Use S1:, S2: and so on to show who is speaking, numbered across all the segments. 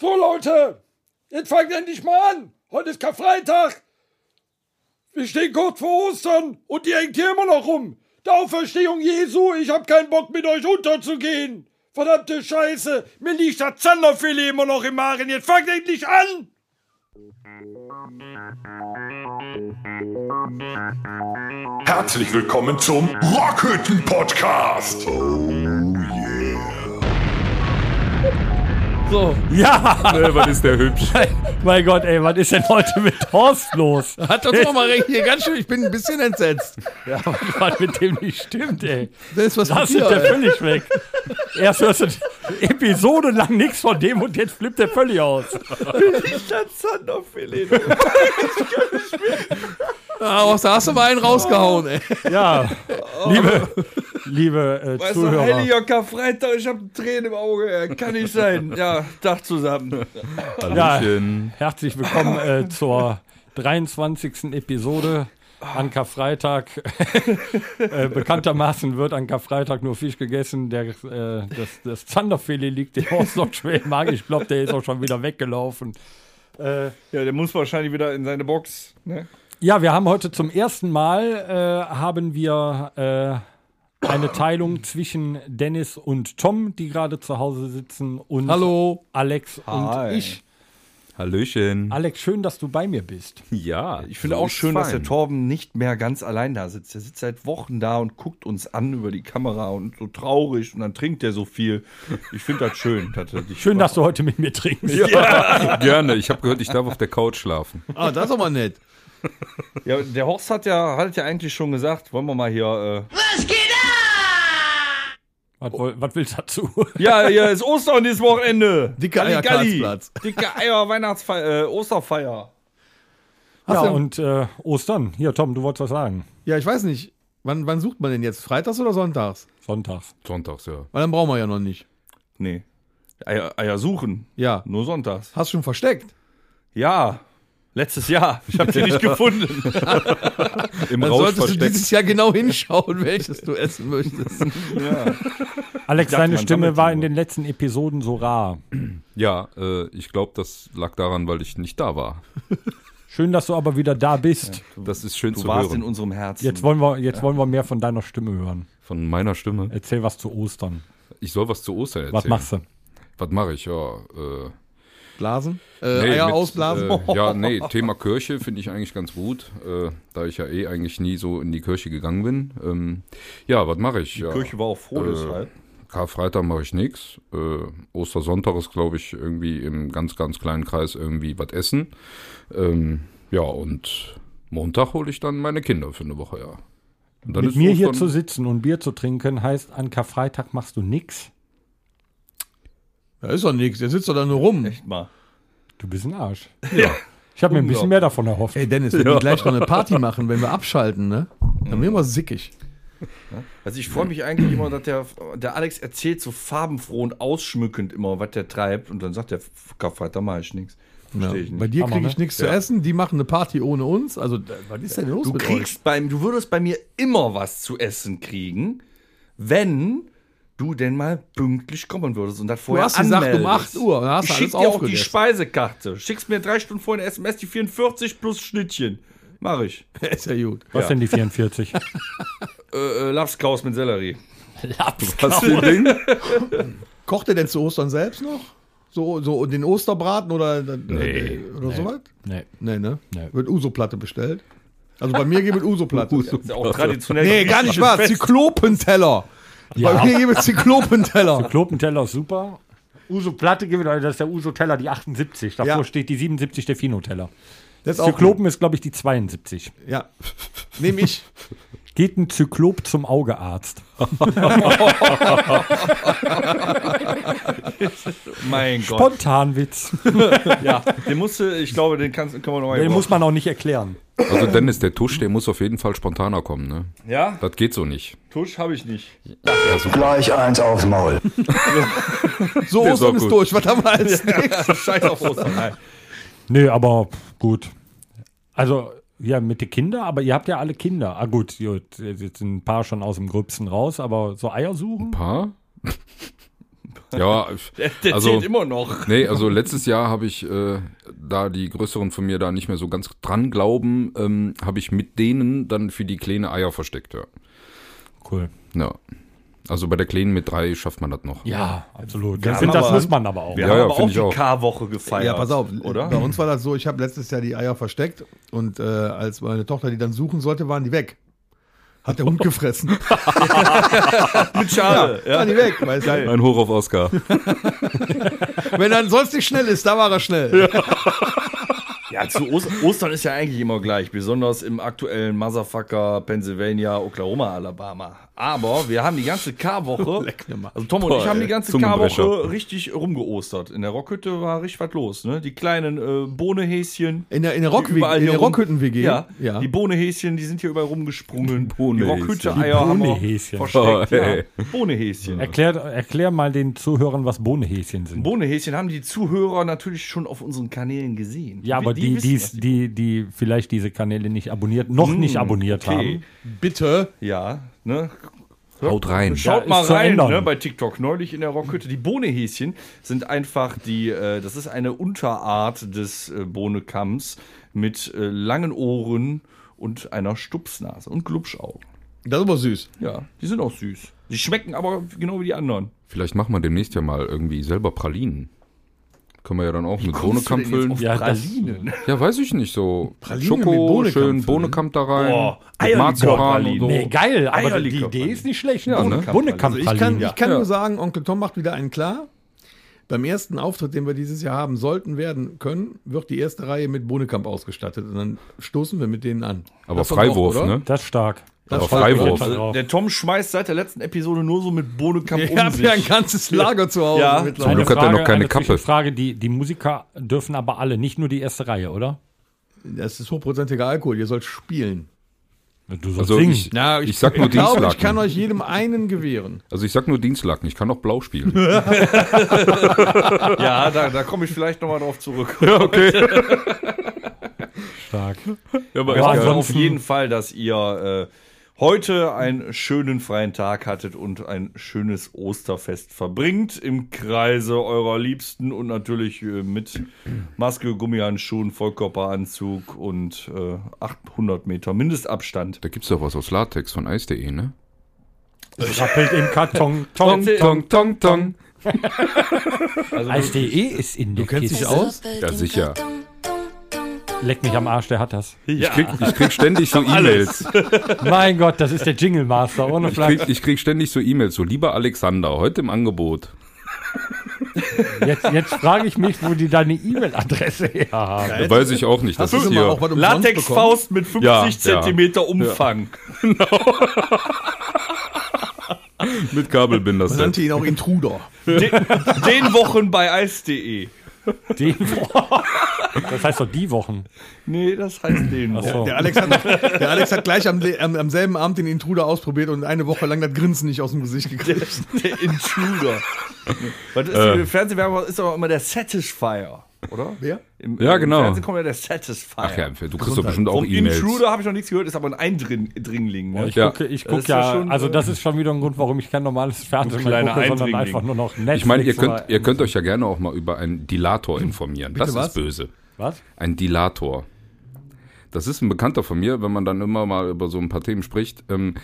S1: So Leute, jetzt fangt endlich mal an. Heute ist Karfreitag. Wir stehen kurz vor Ostern und ihr hängt hier immer noch rum. Der Auferstehung Jesu, ich hab keinen Bock mit euch unterzugehen. Verdammte Scheiße, mir liegt das Zanderfilet immer noch im Magen. Jetzt fangt endlich an.
S2: Herzlich willkommen zum Rockhütten Podcast.
S3: So,
S4: Ja,
S5: Was ist der hübsch?
S4: mein Gott, ey, was ist denn heute mit Horst los?
S3: hat uns nochmal recht hier ganz schön.
S5: Ich bin ein bisschen entsetzt.
S4: Ja, was mit dem nicht stimmt, ey.
S5: Da ist was
S4: Das
S5: mit
S4: ist
S5: dir,
S4: der
S5: ey.
S4: völlig weg. Erst hörst du episodenlang nichts von dem und jetzt flippt der völlig aus.
S3: Ah, da hast du mal einen rausgehauen, ey.
S4: Ja, liebe, liebe äh,
S3: Weißt du,
S4: Zuhörer.
S3: Heiliger Karfreitag, ich hab Tränen im Auge, ey. Kann nicht sein. Ja, Dach zusammen.
S4: Ja,
S5: Hallöchen.
S4: herzlich willkommen äh, zur 23. Episode. An Karfreitag, äh, bekanntermaßen wird an Karfreitag nur Fisch gegessen. Der, äh, das, das Zanderfilet liegt dem Horst noch schwer im Magen. Ich glaube, der ist auch schon wieder weggelaufen. Äh,
S3: Ja, der muss wahrscheinlich wieder in seine Box. Ne?
S4: Ja, wir haben heute zum ersten Mal äh, haben wir äh, eine Teilung zwischen Dennis und Tom, die gerade zu Hause sitzen und
S3: Hallo.
S4: Alex
S3: Hi.
S4: und ich.
S5: Hallöchen.
S4: Alex, schön, dass du bei mir bist.
S5: Ja.
S3: Ich finde
S5: so
S3: auch
S5: ist's
S3: schön, dass der
S5: fein.
S3: Torben nicht mehr ganz allein da sitzt. Der sitzt seit Wochen da und guckt uns an über die Kamera und so traurig und dann trinkt er so viel. Ich finde das schön. Dass er dich
S4: Schön, dass du heute mit mir trinkst.
S5: Gerne. Ich habe gehört, ich darf auf der Couch schlafen.
S6: Ah, das ist aber nett.
S3: ja, der Horst hat ja, hat ja eigentlich schon gesagt, wollen wir mal hier. Äh,
S4: Was, woll- was willst du dazu?
S3: ja, hier ist Ostern dieses Wochenende.
S6: Dicke
S3: Halligalli.
S6: Eierkartsplatz.
S3: Dicke Eier, Weihnachtsfeier, äh, Osterfeier.
S4: ja,
S6: du-
S4: und äh, Ostern. Hier, Tom, du wolltest was sagen.
S6: Ja, ich weiß nicht. Wann, wann sucht man denn jetzt? Freitags oder sonntags?
S4: Sonntags.
S5: Sonntags, ja.
S6: Weil dann brauchen wir ja noch nicht.
S3: Nee. Eier, Eier suchen.
S6: Ja.
S3: Nur sonntags.
S6: Hast schon versteckt?
S3: Ja. Letztes Jahr. Ich habe sie nicht gefunden.
S5: Im
S6: Dann
S5: Rausch
S6: solltest du
S5: versteckt.
S6: dieses Jahr genau hinschauen, welches du essen möchtest.
S4: Alex,
S3: dachte,
S4: deine
S3: man
S4: Stimme
S3: sammelt
S4: war
S3: sie
S4: in
S3: nur.
S4: den letzten Episoden so rar.
S5: Ja, äh, ich glaube, das lag daran, weil ich nicht da war.
S4: Schön, dass du aber wieder da bist.
S5: Das ist schön
S3: Du
S5: zu
S3: warst in
S5: hören.
S3: unserem Herzen.
S4: Jetzt wollen wir, jetzt wollen wir mehr von deiner Stimme hören.
S5: Von meiner Stimme.
S4: Erzähl was zu Ostern.
S5: Ich soll was zu Ostern erzählen.
S4: Was machst du?
S5: Was mache ich? Ja, äh,
S6: Blasen? Äh,
S5: Nee,
S6: Eier
S5: mit,
S6: ausblasen?
S5: Äh, ja, nee, Thema Kirche finde ich eigentlich ganz gut, äh, da ich ja eh eigentlich nie so in die Kirche gegangen bin. Ähm, ja, was mache ich? ja.
S3: Die Kirche war auch froh halt
S5: Äh,
S3: deshalb.
S5: Karfreitag mache ich nichts. Äh, Ostersonntag ist, glaube ich, irgendwie im ganz, ganz kleinen Kreis irgendwie was essen. Ähm, ja, und Montag hole ich dann meine Kinder für eine Woche, ja. Und dann
S4: Mit
S5: ist
S4: mir hier zu
S5: Ostern-
S4: sitzen und Bier zu trinken, heißt, an Karfreitag machst du nix.
S6: Da ist doch nichts. Der sitzt doch da nur rum.
S3: Echt mal.
S4: Du bist ein Arsch. Ja. Ich habe mir ein bisschen mehr davon erhofft.
S6: Ey, Dennis, wenn wir gleich noch eine Party machen, wenn wir abschalten, ne? Dann wären wir sickig.
S3: Also ich freue mich eigentlich immer, dass der, der Alex erzählt so farbenfroh und ausschmückend immer, was der treibt. Und dann sagt der Karfreitag mache ich nichts.
S6: Ja.
S3: Verstehe ich
S6: Bei
S3: nicht.
S6: dir
S4: Hammer,
S6: kriege ich
S4: ne?
S6: nichts zu essen. Die machen eine Party ohne uns. Also, da- was ist denn los
S3: Du
S6: mit
S3: kriegst bei, du würdest bei mir immer was zu essen kriegen, wenn du denn mal pünktlich kommen würdest und das
S6: euch? Du
S3: vorher
S6: hast gesagt, um 8
S3: anmeldest.
S6: Uhr. Da hast
S3: Ich
S6: du
S3: schick
S6: alles
S3: dir auch die
S6: aufgegessen.
S3: Speisekarte. Schickst mir drei Stunden vorher eine SMS, die 44 plus Schnittchen. Mach ich.
S6: Ist ja gut.
S4: Was denn die 44?
S3: Äh, äh, Lapskaus mit Sellerie.
S5: Hast du den Ding?
S6: Kocht er denn zu Ostern selbst noch? So, so den Osterbraten oder, äh,
S5: Nee.
S6: oder sowas?
S4: nee.
S6: Nee, ne?
S4: Nee.
S6: Wird Uso-Platte bestellt? Also bei mir gibt es Uso-Platte.
S3: Ist ja auch traditionell.
S6: Nee, gar nicht wahr. Zyklopenteller. Bei mir gibt es Zyklopenteller.
S4: Klopenteller ist super. Uso-Platte, gib mir doch- das ist der Uso-Teller, die 78. Davor
S6: Ja.
S4: steht die 77, der Fino-Teller.
S6: Das ist auch
S4: Zyklopen ist, glaube ich, die 72.
S6: Ja. Nehme ich.
S4: Geht ein Zyklop zum Augearzt?
S3: Mein
S4: Oh.
S3: Gott.
S4: Spontanwitz.
S3: Ja, den musste, ich glaube, den kannst, können wir nochmal
S4: Den muss man auch nicht erklären.
S5: Also Dennis, der Tusch, der muss auf jeden Fall spontaner kommen, ne?
S3: Ja,
S5: Das geht so nicht.
S3: Tusch habe ich nicht.
S7: Gleich eins aufs Maul.
S6: So,
S5: Der ist
S6: Ostern
S5: auch
S6: ist,
S5: gut.
S6: durch. Was haben wir als nächstes?
S3: Scheiß auf Ostern. Nein.
S4: Nee, aber pff, gut. Also, ja, mit den Kindern, aber ihr habt ja alle Kinder. Ah, gut, gut, jetzt sind ein paar schon aus dem Gröbsten raus, aber so Eier suchen?
S5: Paar? Ja,
S3: Der
S5: Also-
S3: zählt immer noch.
S5: Nee, also letztes Jahr habe ich, äh, da die Größeren von mir da nicht mehr so ganz dran glauben, ähm, habe ich mit denen dann für die Kleine Eier versteckt, ja.
S4: Cool.
S5: ja. Also bei der Kleinen mit drei schafft man das noch.
S4: Ja, absolut.
S3: Wir
S4: Ich finde,
S3: haben
S4: das
S3: aber-
S4: muss man aber auch.
S3: Wir
S5: Ja,
S3: haben
S5: ja,
S3: aber auch
S5: find ich
S3: die
S5: auch.
S3: K-Woche gefeiert.
S6: Ja, pass auf.
S3: Oder?
S6: Bei uns war das so, ich habe letztes Jahr die Eier versteckt und äh, als meine Tochter die dann suchen sollte, waren die weg. Hat der Hund gefressen.
S3: Mit Schade. Ja.
S6: Waren die weg. Weil es halt,
S5: Ein Hoch auf Oscar.
S6: wenn er sonst nicht schnell ist, da war er schnell.
S3: Ja, zu Ost Ostern ist ja eigentlich immer gleich, besonders im aktuellen Motherfucker Pennsylvania, Oklahoma, Alabama. Aber wir haben die ganze K-Woche, also Tom und ich haben die ganze K-Woche
S5: Zungenbrecher.
S3: richtig rumgeostert. In der Rockhütte war richtig was los, ne? Die kleinen äh, Bohnehäschen.
S6: In der, in der,
S3: die
S6: Rock in
S3: überall hier
S6: der
S3: rum-
S6: Rockhütten-WG.
S3: Ja,
S6: ja.
S3: die Bohnehäschen, die sind hier überall rumgesprungen. Die
S5: Bohnehäschen.
S3: Rockhütte-Eier haben wir
S4: Bohnehäschen.
S3: versteckt.
S5: Oh, ey.
S3: ja. Bohnehäschen.
S4: Erklär, erklär mal den Zuhörern, was Bohnehäschen sind.
S3: Bohnehäschen haben die Zuhörer natürlich schon auf unseren Kanälen gesehen.
S4: ja, aber die,
S3: wissen, was
S4: die's- die, die, vielleicht diese Kanäle nicht abonniert, noch nicht abonniert
S3: okay.
S4: haben.
S6: Bitte.
S3: Ja, ne?
S5: Haut rein.
S3: Schaut
S4: ist
S3: mal
S4: zu
S3: rein
S4: ändern.
S3: ne, bei TikTok. Neulich in der Rockhütte. Die Bohnehäschen sind einfach die, äh, das ist eine Unterart des äh, Bohnekamms mit äh, langen Ohren und einer Stupsnase und Glubschaugen.
S6: Das ist aber süß.
S3: Ja, die sind auch süß. Die schmecken aber genau wie die anderen.
S5: Vielleicht machen wir demnächst ja mal irgendwie selber Pralinen. Können wir ja dann auch mit Bohnenkampf füllen.
S4: Ja, das-
S3: Pralinen.
S5: Ja, weiß ich nicht, so.
S6: Pralinen
S5: Schoko,
S6: mit Bohnenkampf
S5: schön
S6: füllen.
S5: Bohnenkampf da rein.
S3: Boah,
S5: mit
S3: Eierlikör
S5: Marzipan und
S3: Pralinen.
S5: so.
S4: Nee, geil, aber die
S3: Eierlikör
S4: Idee
S3: Pralinen.
S4: ist nicht schlecht.
S5: Ja, ne?
S4: Bohnenkampf-
S6: Also ich kann,
S4: Ja.
S6: ich kann
S5: Ja.
S6: nur sagen, Onkel Tom macht wieder einen klar. Beim ersten Auftritt, den wir dieses Jahr haben sollten, werden können, wird die erste Reihe mit Bohnekamp ausgestattet. Und dann stoßen wir mit denen an.
S5: Aber
S6: Das war
S5: Freiwurf,
S6: doch, oder?
S5: ne?
S4: Das ist stark.
S6: Das
S5: Aber
S6: freut mich
S5: Freiwurf.
S4: jetzt
S3: Also,
S4: drauf.
S3: der Tom schmeißt seit der letzten Episode nur so mit Bohnenkamm
S6: Ich
S3: um
S6: habe ja ein
S3: sich.
S6: ganzes Lager zu Hause
S3: Ja.
S6: mittlerweile.
S5: Glück hat er noch keine
S4: eine
S5: Kappe.
S4: Zwischenfrage, die, die Musiker dürfen aber alle, nicht nur die erste Reihe, oder?
S6: Das ist hochprozentiger Alkohol, ihr sollt spielen.
S4: Du sollst
S5: Also
S4: singen.
S5: ich, ich sag nur
S6: Ich glaube, ich kann
S5: Dienstlaken.
S6: euch jedem einen gewähren.
S5: Also ich sag nur Dienstlaken. Ich kann auch blau spielen.
S3: Ja, da, da komme ich vielleicht nochmal drauf zurück.
S4: stark.
S5: ja,
S4: Ja,
S3: Ich hoffe auf
S4: ansonsten-
S3: jeden Fall, dass ihr äh, heute einen schönen freien Tag hattet und ein schönes Osterfest verbringt im Kreise eurer Liebsten und natürlich äh, mit Maske, Gummihandschuhen, Vollkörperanzug und äh, 800 Meter Mindestabstand.
S5: Da gibt's doch was aus Latex von Eis.de, ne?
S4: Es rappelt im Karton.
S3: Tom,
S5: tong, tong, tong. also
S4: Als DE ist in der Kiste.
S6: aus?
S5: Ja, sicher.
S4: Leck mich am Arsch, der hat das.
S5: Ich krieg, ich krieg ständig so E-Mails.
S4: mein Gott, das ist der Jingle Master. Ohne
S5: Ich krieg,
S4: Flachs.
S5: ich krieg ständig so E-Mails. So, lieber Alexander, heute im Angebot.
S4: Jetzt, jetzt frage ich mich, wo die deine E-Mail-Adresse her haben.
S5: Da Äh, weiß ich auch nicht. Das
S6: Hast
S5: ist
S6: du mal
S5: hier.
S6: auch was umsonst bekommen?
S3: Latexfaust mit 50
S5: Ja, ja.
S3: Zentimeter Umfang.
S5: Mit Kabelbinder.
S6: Man nannte ihn auch Intruder.
S3: Den, den Wochen bei eis.de.
S4: Die, das heißt doch die Wochen.
S3: Nee, das heißt den Wochen.
S4: So.
S6: Der Alex hat, der Alex hat gleich am, am, am selben Abend den Intruder ausprobiert und eine Woche lang das Grinsen nicht aus dem Gesicht gekriegt.
S3: Der Intruder. Was ist
S5: Äh.
S3: äh. Fernsehwerbung ist aber immer der Satisfier, oder?
S6: Wer?
S3: Im,
S5: Ja, genau.
S3: Im Fernsehen kommt ja der Satisfier.
S5: Ach ja, du kriegst doch bestimmt auch
S3: Vom
S5: E-Mails.
S3: Intruder habe ich noch nichts gehört, ist aber ein Eindringling. Ne?
S4: Ich
S5: Ja.
S4: gucke, ich
S3: Das
S4: guck
S3: ist ja
S4: ja,
S3: schon,
S4: also
S3: äh,
S4: das ist schon wieder ein Grund, warum ich kein normales Fernsehen mehr
S3: kleiner
S4: gucke, sondern
S3: Eindringling.
S4: einfach nur noch Netflix.
S5: Ich meine, ihr könnt,
S4: oder-
S5: ihr könnt euch ja gerne auch mal über einen Dilator informieren. das
S6: was?
S5: ist böse.
S4: Was?
S5: Ein Dilator. Das ist ein Bekannter von mir, wenn man dann immer mal über so ein paar Themen spricht. Ähm,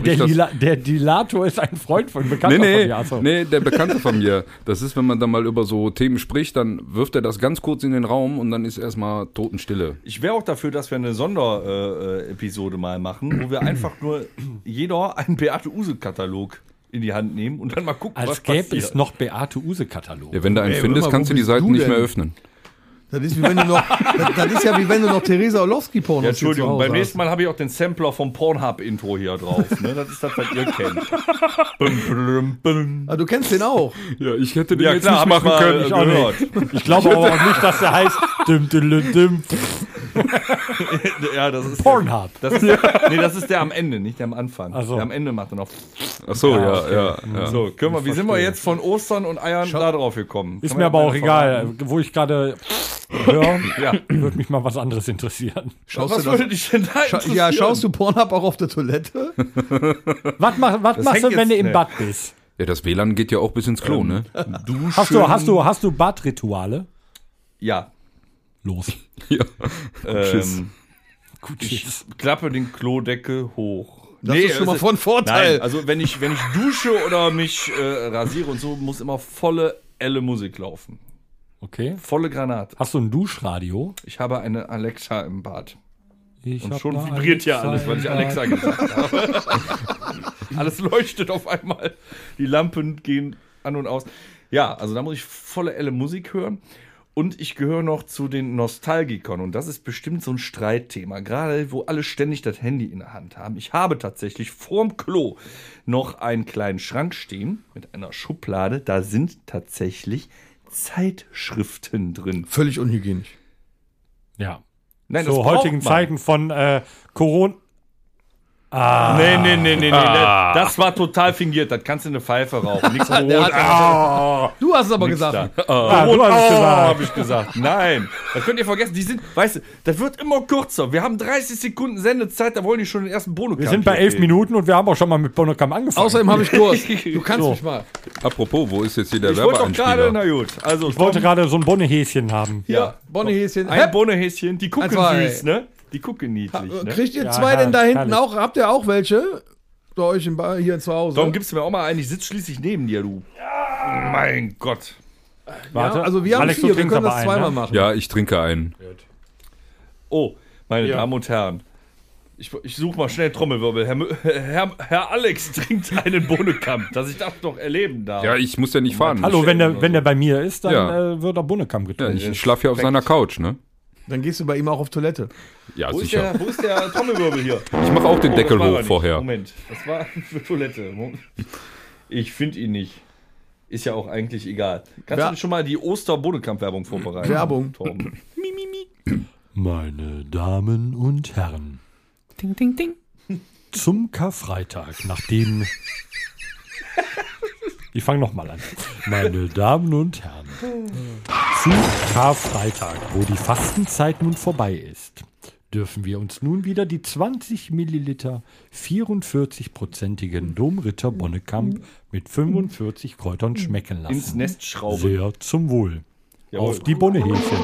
S4: Der, der,
S5: spricht das,
S4: Dila, der Dilator ist ein Freund von
S5: Nee,
S4: Bekannten
S5: nee,
S4: von also. dir. Achso.
S5: nee, der Bekannte von mir. Das ist, wenn man dann mal über so Themen spricht, dann wirft er das ganz kurz in den Raum und dann ist erstmal Totenstille.
S3: Ich wäre auch dafür, dass wir eine Sonderepisode äh, Episode mal machen, wo wir einfach nur jeder einen Beate-Use-Katalog in die Hand nehmen und dann mal gucken,
S4: Als
S3: was
S4: gäbe
S3: passiert.
S4: Also es noch Beate-Use-Katalog.
S5: Ja, wenn du einen
S6: Ey,
S5: findest,
S6: warte mal,
S5: kannst
S6: wo
S5: du die
S6: bist
S5: Seiten
S6: du
S5: nicht mehr
S6: denn?
S5: öffnen.
S6: Das ist, wie wenn du noch, das, das ist ja wie wenn du noch Theresa Orlowski-Pornos
S3: ja,
S6: hier zu
S3: Entschuldigung,
S6: Hause
S3: beim
S6: hast.
S3: nächsten Mal habe ich auch den Sampler vom Pornhub-Intro hier drauf. Ne? Das ist das, was ihr kennt. bum, bum, bum.
S6: Ah, du kennst den auch.
S5: Ja, ich hätte den
S3: Ja, klar, hab ich mal, äh,
S4: auch
S3: gehört.
S4: Ich glaube aber auch nicht, dass der heißt dim, dim, dim,
S3: Ja, das ist
S4: Pornhub.
S3: Der, das ist der, nee, das ist der am Ende, nicht der am Anfang.
S4: Ach so.
S3: Der am Ende macht er noch.
S5: Ach so, ja, ja, ja.
S3: So, können wir, wie sind wir jetzt von Ostern und Eiern da drauf gekommen?
S4: Ist
S3: Kann
S4: mir
S3: man
S4: aber
S3: ja
S4: auch
S3: verraten.
S4: egal. Wo ich gerade höre, würde mich mal was anderes interessieren.
S6: Schaust
S3: Was
S6: du das?
S3: würde dich denn da
S6: Scha ja, schaust du Pornhub auch auf der Toilette?
S4: Was, mach, was machst
S3: hängt
S4: du, wenn
S3: jetzt
S4: du im
S3: nicht.
S4: Bad bist?
S5: Ja, das WLAN geht ja auch bis ins Klo,
S3: Ähm.
S5: ne?
S3: Du
S4: Hast du, hast du, hast du Badrituale?
S3: Ja.
S4: Los.
S5: Ja. Tschüss.
S3: Ähm,
S4: Gut,
S3: ich
S4: jetzt.
S3: klappe den Klodeckel hoch.
S6: Das ist schon mal
S3: es-
S6: von Vorteil.
S3: Nein, also wenn ich, wenn ich dusche oder mich äh, rasiere und so, muss immer volle Elle Musik laufen.
S4: Okay.
S3: Volle Granate.
S4: Hast du ein Duschradio?
S3: Ich habe eine Alexa im Bad.
S4: Ich
S3: Und
S4: hab
S3: schon
S4: eine
S3: vibriert hier
S4: Alexa
S3: alles, weil ich
S4: im
S3: Alexa
S4: Bad.
S3: gesagt habe. alles leuchtet auf einmal. Die Lampen gehen an und aus. Ja, also da muss ich volle Elle Musik hören. Und ich gehöre noch zu den Nostalgikern. Und das ist bestimmt so ein Streitthema. Gerade wo alle ständig das Handy in der Hand haben. Ich habe tatsächlich vorm Klo noch einen kleinen Schrank stehen mit einer Schublade. Da sind tatsächlich Zeitschriften drin.
S6: Völlig unhygienisch.
S4: Ja.
S3: Nein,
S4: Zu
S3: braucht
S4: heutigen
S3: man.
S4: Zeiten von äh, Corona.
S3: Nee, nee, nee, nee, nee. Das war total fingiert. Das kannst du eine Pfeife rauchen. Nichts Brot. Äh,
S6: Du hast es aber gesagt.
S4: Ah, du hast es gesagt.
S3: habe oh, ich gesagt. Nein. Das könnt ihr vergessen. Die sind, weißt du, das wird immer kürzer. Wir haben 30 Sekunden Sendezeit, da wollen die schon den ersten Bonus.
S4: Wir sind bei elf Minuten und wir haben auch schon mal mit Bonnekamp angefangen.
S6: Außerdem habe ich Durst. Du kannst mich mal.
S5: Apropos, wo ist jetzt hier der
S3: Ich wollte doch gerade,
S5: Werbeeinspieler?
S3: na gut. Also,
S4: ich wollte gerade so ein Bonnehäschen haben.
S6: Hier,
S3: Ja.
S6: Bonnehäschen.
S3: ein Bonnehäschen, die gucken
S6: Eins, zwei.
S3: süß, ne? Die gucken niedlich,
S6: äh,
S3: ne?
S6: Kriegt ihr
S4: Ja,
S6: zwei denn da
S4: herrlich,
S6: hinten
S4: herrlich.
S6: auch? Habt ihr auch welche? Bei euch im ba hier zu Hause?
S3: Darum gibst du mir auch mal einen. Ich sitze schließlich neben dir, du. Mein Gott.
S4: Warte.
S6: also wir haben
S4: Alex, du
S6: vier, wir
S4: trinkst
S6: können
S4: aber
S6: das
S4: einen,
S6: zweimal
S4: ne?
S6: machen.
S5: Ja, ich trinke einen.
S3: Oh, meine Damen und Herren. Ich, ich suche mal schnell Trommelwirbel. Herr, Mö- Herr, Herr Alex trinkt einen Bohnekamp, dass ich das noch erleben darf.
S5: Ja, ich muss ja nicht fahren.
S4: Hallo, wenn der, wenn der bei mir ist, dann
S5: Ja.
S4: äh, wird er Bonnekamp
S5: Ja,
S4: getrunken.
S5: ich schlafe hier auf seiner Couch, ne?
S6: Dann gehst du bei ihm auch auf Toilette.
S5: Ja,
S3: wo, ist
S5: sicher.
S3: der, wo ist der Trommelwirbel hier?
S5: Ich mache auch den
S3: Oh, das
S5: Deckel
S3: war er
S5: hoch
S3: nicht.
S5: vorher.
S3: Moment, das war für Toilette. Moment. Ich finde ihn nicht. Ist ja auch eigentlich egal. Kannst
S6: Wer-
S3: du schon mal die Oster-Bodekamp-Werbung vorbereiten?
S6: Werbung.
S3: Torben?
S4: Meine Damen und Herren. Ding, ding, ding. Zum Karfreitag, nachdem. Ich fange nochmal an. Meine Damen und Herren. Zu Karfreitag, wo die Fastenzeit nun vorbei ist, dürfen wir uns nun wieder die 20 Milliliter 44-prozentigen Domritter Bonnekamp mit 45 Kräutern schmecken lassen.
S3: Ins Nest schrauben.
S4: Sehr zum Wohl.
S3: Jawohl.
S4: Auf die Bonnehäschen.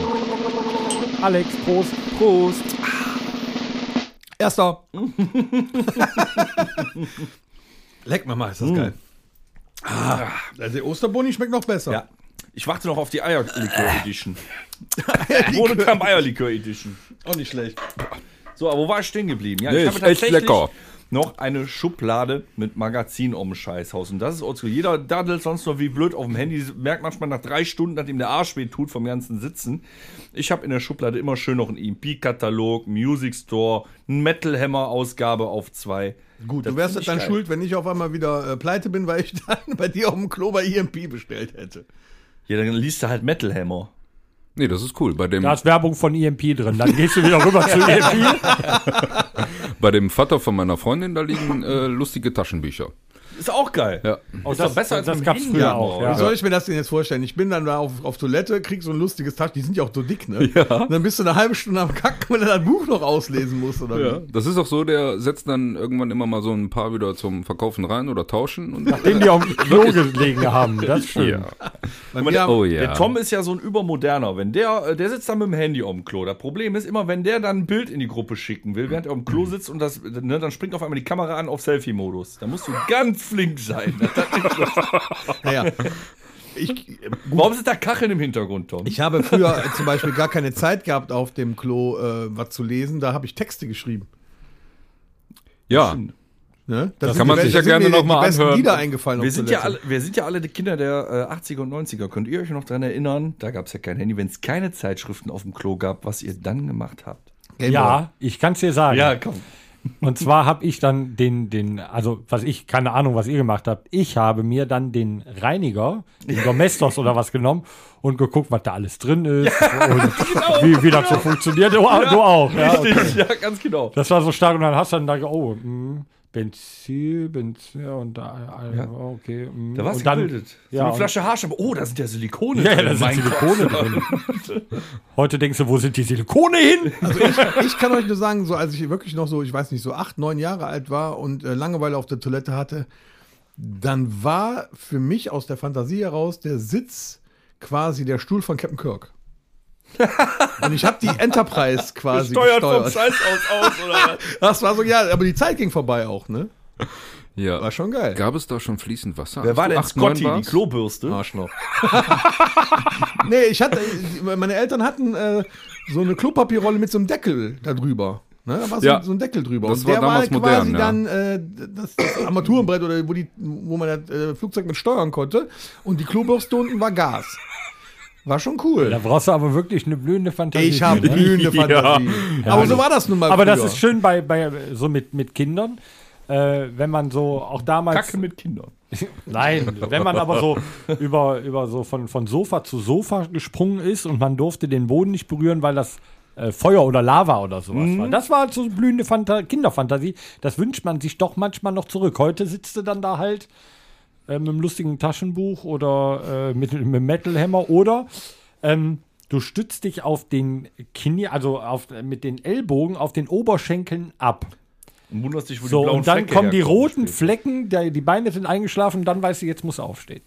S4: Alex, Prost.
S3: Prost.
S6: Erster. Leck mir mal, ist das geil. Ah, also der Osterboni schmeckt noch besser.
S3: Ja. Ich warte noch auf die Eierlikör-Edition. Bodekamp Eierlikör-Edition.
S6: Auch nicht schlecht.
S3: So, aber wo war ich stehen geblieben? Ja,
S5: Nee,
S3: ich
S5: ist echt lecker.
S3: noch eine Schublade mit Magazin um Scheißhaus. Und das ist oldschool. Jeder daddelt sonst noch wie blöd auf dem Handy. Merkt manchmal nach drei Stunden, nachdem der Arsch weh tut vom ganzen Sitzen. Ich habe in der Schublade immer schön noch einen EMP-Katalog, Music Store, einen Metal Hammer-Ausgabe auf zwei.
S6: Gut,
S3: Das
S6: du wärst
S3: find ich
S6: dann
S3: geil.
S6: schuld, wenn ich auf einmal wieder äh, pleite bin, weil ich dann bei dir auf dem Klo bei EMP bestellt hätte.
S3: Ja, dann liest du halt Metal Hammer.
S5: Nee, das ist cool. Bei dem,
S4: Da ist Werbung von EMP drin. Dann gehst du wieder rüber zu E EMP.
S5: bei dem Vater von meiner Freundin, da liegen äh, lustige Taschenbücher.
S3: Ist auch geil.
S5: Ja.
S3: Auch ist das, doch besser als
S4: das
S3: mit dem
S4: gab's
S3: Handy
S4: früher
S3: am
S4: auch,
S3: Maul.
S4: ja.
S6: Wie soll ich mir das denn jetzt vorstellen? Ich bin dann da auf, auf Toilette, krieg so ein lustiges Tasch, die sind ja auch so dick, ne? Und dann bist du eine halbe Stunde am Kacken, wenn du das Buch noch auslesen musst, oder wie?
S5: Das ist auch so, der setzt dann irgendwann immer mal so ein paar wieder zum Verkaufen rein oder tauschen. Und
S4: Den die auf dem Klo gelegen haben. Das ist schön.
S6: Bei mir haben,
S5: oh ja.
S3: Der Tom ist ja so ein Übermoderner. Wenn der, äh, der sitzt dann mit dem Handy auf dem Klo. Das Problem ist immer, wenn der dann ein Bild in die Gruppe schicken will, während er auf dem Klo sitzt und das, ne, dann springt auf einmal die Kamera an auf Selfie-Modus. Da musst du ganz flink sein. Das- das-
S6: naja. Ich,
S3: Warum sind da Kacheln im Hintergrund, Tom?
S6: ich habe früher zum Beispiel gar keine Zeit gehabt, auf dem Klo äh, was zu lesen, da habe ich Texte geschrieben.
S5: ja,
S6: Ne?
S5: Das kann man sich ja gerne noch mal
S6: die besten
S5: anhören.
S6: Lieder eingefallen.
S3: wir
S6: auf
S3: sind, ja
S6: Toilette.
S3: alle, wir sind ja alle die Kinder der äh, 80er und 90er. Könnt ihr euch noch dran erinnern? Da gab es ja kein Handy. Wenn es keine Zeitschriften auf dem Klo gab, was ihr dann gemacht habt.
S6: Gameboy.
S4: Ja, ich kann's dir sagen.
S3: komm.
S4: Und zwar habe ich dann den, den, also was ich, keine Ahnung, was ihr gemacht habt, ich habe mir dann den Reiniger, den Domestos oder was genommen und geguckt, was da alles drin ist und wie, wie das so funktioniert. Du, auch- du auch. Ja, okay.
S3: Genau, Richtig, ja, ganz genau.
S4: Das war so stark und dann hast du dann da, ge- oh, mh, Benzin, Benzin ja, und da, äh, okay. Mh.
S3: Da warst
S4: und
S3: du
S4: dann,
S3: gebildet.
S4: Ja,
S3: so eine
S4: und-
S3: Flasche Haarschampo. Oh, da sind ja Silikone
S4: Ja, ja,
S3: drin.
S4: da sind
S3: Mein
S4: Silikone
S3: Gott.
S4: drin. Heute denkst du, wo sind die Silikone hin?
S6: Ich kann euch nur sagen, so als ich wirklich noch so, ich weiß nicht, so acht, neun Jahre alt war und äh, Langeweile auf der Toilette hatte, dann war für mich aus der Fantasie heraus der Sitz quasi der Stuhl von Captain Kirk. Und ich habe die Enterprise quasi
S3: Steuert vom
S6: gesteuert.
S3: Scheiß aus aus, oder was?
S6: Das war so, ja, aber die Zeit ging vorbei auch, ne?
S5: Ja.
S6: War schon geil.
S5: Gab es da schon fließend Wasser?
S3: Wer
S5: als
S3: war
S5: du
S3: denn
S5: acht, neun
S3: Scotty, die
S5: warst?
S3: Klobürste?
S4: Ah,
S6: Arschloch. nee, ich hatte, meine Eltern hatten äh, so eine Klopapierrolle mit so einem Deckel da drüber. Ne, da war so,
S5: Ja.
S6: so ein Deckel drüber.
S5: Das
S6: Und
S5: war
S6: der
S5: damals
S6: war
S5: modern,
S6: quasi
S5: ja.
S6: dann äh, das, das Armaturenbrett oder wo, die, wo man das äh, Flugzeug mit steuern konnte. Und die Klobürste unten war Gas. War schon
S4: Da
S6: cool.
S4: brauchst du aber wirklich eine blühende Fantasie.
S6: Ich
S4: für,
S6: habe
S4: ne?
S6: blühende Fantasie. Aber so war das nun mal
S4: Aber das
S6: früher.
S4: ist schön bei, bei so mit, mit Kindern, äh, wenn man so auch damals.
S3: Kacke Oh, mit Kindern.
S4: Nein, wenn man aber so über, über so von, von Sofa zu Sofa gesprungen ist und man durfte den Boden nicht berühren, weil das äh, Feuer oder Lava oder sowas war. Das war so blühende Fanta Kinderfantasie. Das wünscht man sich doch manchmal noch zurück. Heute sitzt du dann da halt äh, mit einem lustigen Taschenbuch oder äh, mit, mit einem Metalhammer oder ähm, du stützt dich auf den Knie, also auf, mit den Ellbogen auf den Oberschenkeln ab.
S3: Und wunderst dich, wo
S4: So,
S3: die blauen
S4: und dann
S3: Flecke
S4: kommen die
S3: herkommen
S4: roten
S3: später.
S4: Flecken, der, die Beine sind eingeschlafen, dann weißt du, jetzt muss er aufstehen.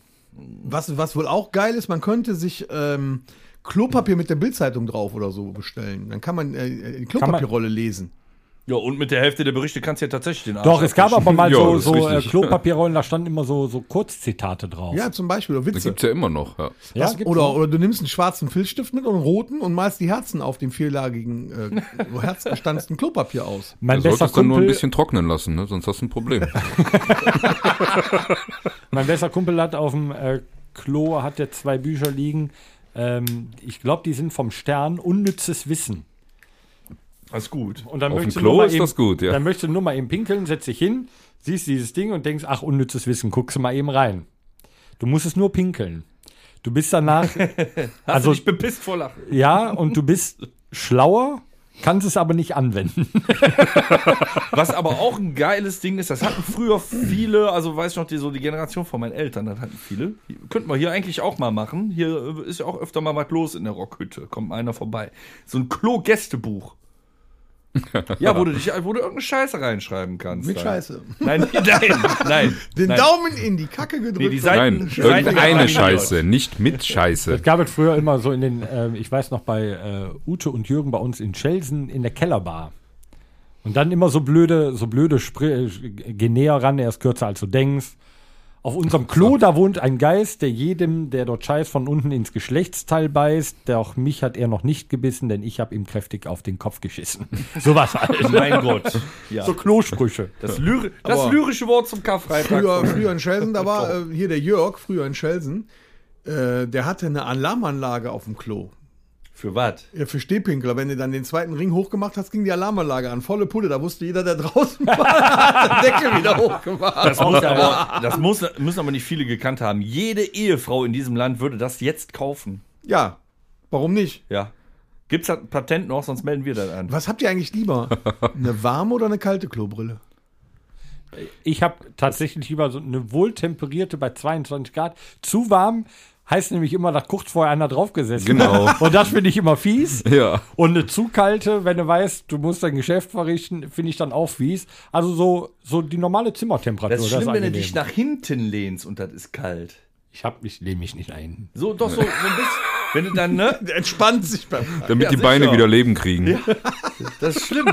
S6: Was, was wohl auch geil ist, man könnte sich ähm, Klopapier mit der Bildzeitung drauf oder so bestellen. Dann kann man äh, die Klopapierrolle lesen.
S3: Ja, und mit der Hälfte der Berichte kannst du ja tatsächlich den Arsch
S4: Doch, es gab
S3: abwischen.
S4: aber mal
S5: Ja,
S4: so,
S5: das ist
S4: so äh,
S5: richtig.
S4: Klopapierrollen, da standen immer so, so Kurzzitate drauf.
S6: Ja, zum Beispiel. Oder
S5: Das
S6: Witze.
S5: gibt's ja immer noch, ja.
S4: Ja,
S6: Das,
S4: gibt's
S6: oder,
S4: noch.
S6: oder du nimmst einen schwarzen Filzstift mit und einen roten und malst die Herzen auf dem vierlagigen, äh, herzgestanzten Klopapier aus.
S5: Du
S4: mein bester
S5: solltest dann nur ein
S4: Kumpel,
S5: bisschen trocknen lassen, ne? sonst hast du ein Problem.
S4: mein bester Kumpel hat auf dem äh, Klo hat der zwei Bücher liegen. Ähm, ich glaube, die sind vom Stern unnützes Wissen.
S3: Alles gut.
S4: Und dann
S5: Auf dem
S4: möchtest du
S5: Klo
S4: nur mal
S5: ist
S4: eben,
S5: das gut, ja.
S4: Dann möchtest du nur mal eben pinkeln, setzt dich hin, siehst dieses Ding und denkst, ach, unnützes Wissen, guckst du mal eben rein. Du musst es nur pinkeln. Du bist danach, also
S3: Ich bin pisst vor Lachen.
S4: ja, und du bist schlauer, kannst es aber nicht anwenden.
S3: Was aber auch ein geiles Ding ist, das hatten früher viele, also weiß ich noch, die, so die Generation von meinen Eltern, das hatten viele. Die Könnten wir hier eigentlich auch mal machen. Hier äh, ist ja auch öfter mal was los in der Rockhütte. Kommt einer vorbei. So ein Klo-Gästebuch. Ja, wo du, dich, wo du irgendeine Scheiße reinschreiben kannst.
S6: Mit
S3: da.
S6: Scheiße.
S3: Nein, nein, nein.
S6: Den
S3: nein.
S6: Daumen in die Kacke gedrückt.
S3: Nee, die
S6: und-
S3: Seiten-
S5: Nein,
S3: Seiten-
S5: irgendeine
S3: Seiten-
S5: Scheiße, nicht mit Scheiße.
S4: Es gab es früher immer so in den, ähm, ich weiß noch, bei äh, Ute und Jürgen bei uns in Schelsen in der Kellerbar. Und dann immer so blöde, so blöde Spr äh, geh näher ran, er ist kürzer als du denkst. Auf unserem Klo, da wohnt ein Geist, der jedem, der dort scheißt, von unten ins Geschlechtsteil beißt. Doch mich hat er noch nicht gebissen, denn ich habe ihm kräftig auf den Kopf geschissen. Sowas halt.
S3: Mein Gott. Ja.
S4: So Klosprüche.
S3: Das, Lyri das lyrische Wort zum Karfreitag.
S6: Früher, früher in Schelsen, da war äh, hier der Jörg, früher in Schelsen, äh, der hatte eine Alarmanlage auf dem Klo.
S3: Für was?
S6: Ja, für Stehpinkler. Wenn du dann den zweiten Ring hochgemacht hast, ging die Alarmanlage an. Volle Pulle. Da wusste jeder, der draußen war, hat den Deckel wieder hochgemacht.
S3: Das, muss aber, das muss, müssen aber nicht viele gekannt haben. Jede Ehefrau in diesem Land würde das jetzt kaufen.
S6: Ja, warum nicht?
S3: Ja. Gibt's da ein Patent noch, sonst melden wir das an.
S6: Was habt ihr eigentlich lieber? Eine warme oder eine kalte Klobrille?
S4: Ich habe tatsächlich lieber so eine wohltemperierte bei 22 Grad. Zu warm heißt nämlich immer, dass kurz vorher einer draufgesessen
S5: Genau.
S4: hat. Und das finde ich immer fies.
S5: Ja.
S4: Und eine zu kalte, wenn du weißt, du musst dein Geschäft verrichten, finde ich dann auch fies. Also so, so die normale Zimmertemperatur.
S3: Das ist schlimm, wenn du dich
S4: angenehm.
S3: nach hinten lehnst und das ist kalt.
S4: Ich, hab- ich lehne mich nicht ein.
S3: So, doch, so, so ein bisschen. Wenn du dann, ne?
S6: Der entspannt sich beim.
S5: Damit
S3: Ja,
S5: die
S3: sicher.
S5: Beine wieder Leben kriegen.
S3: Das ist schlimm.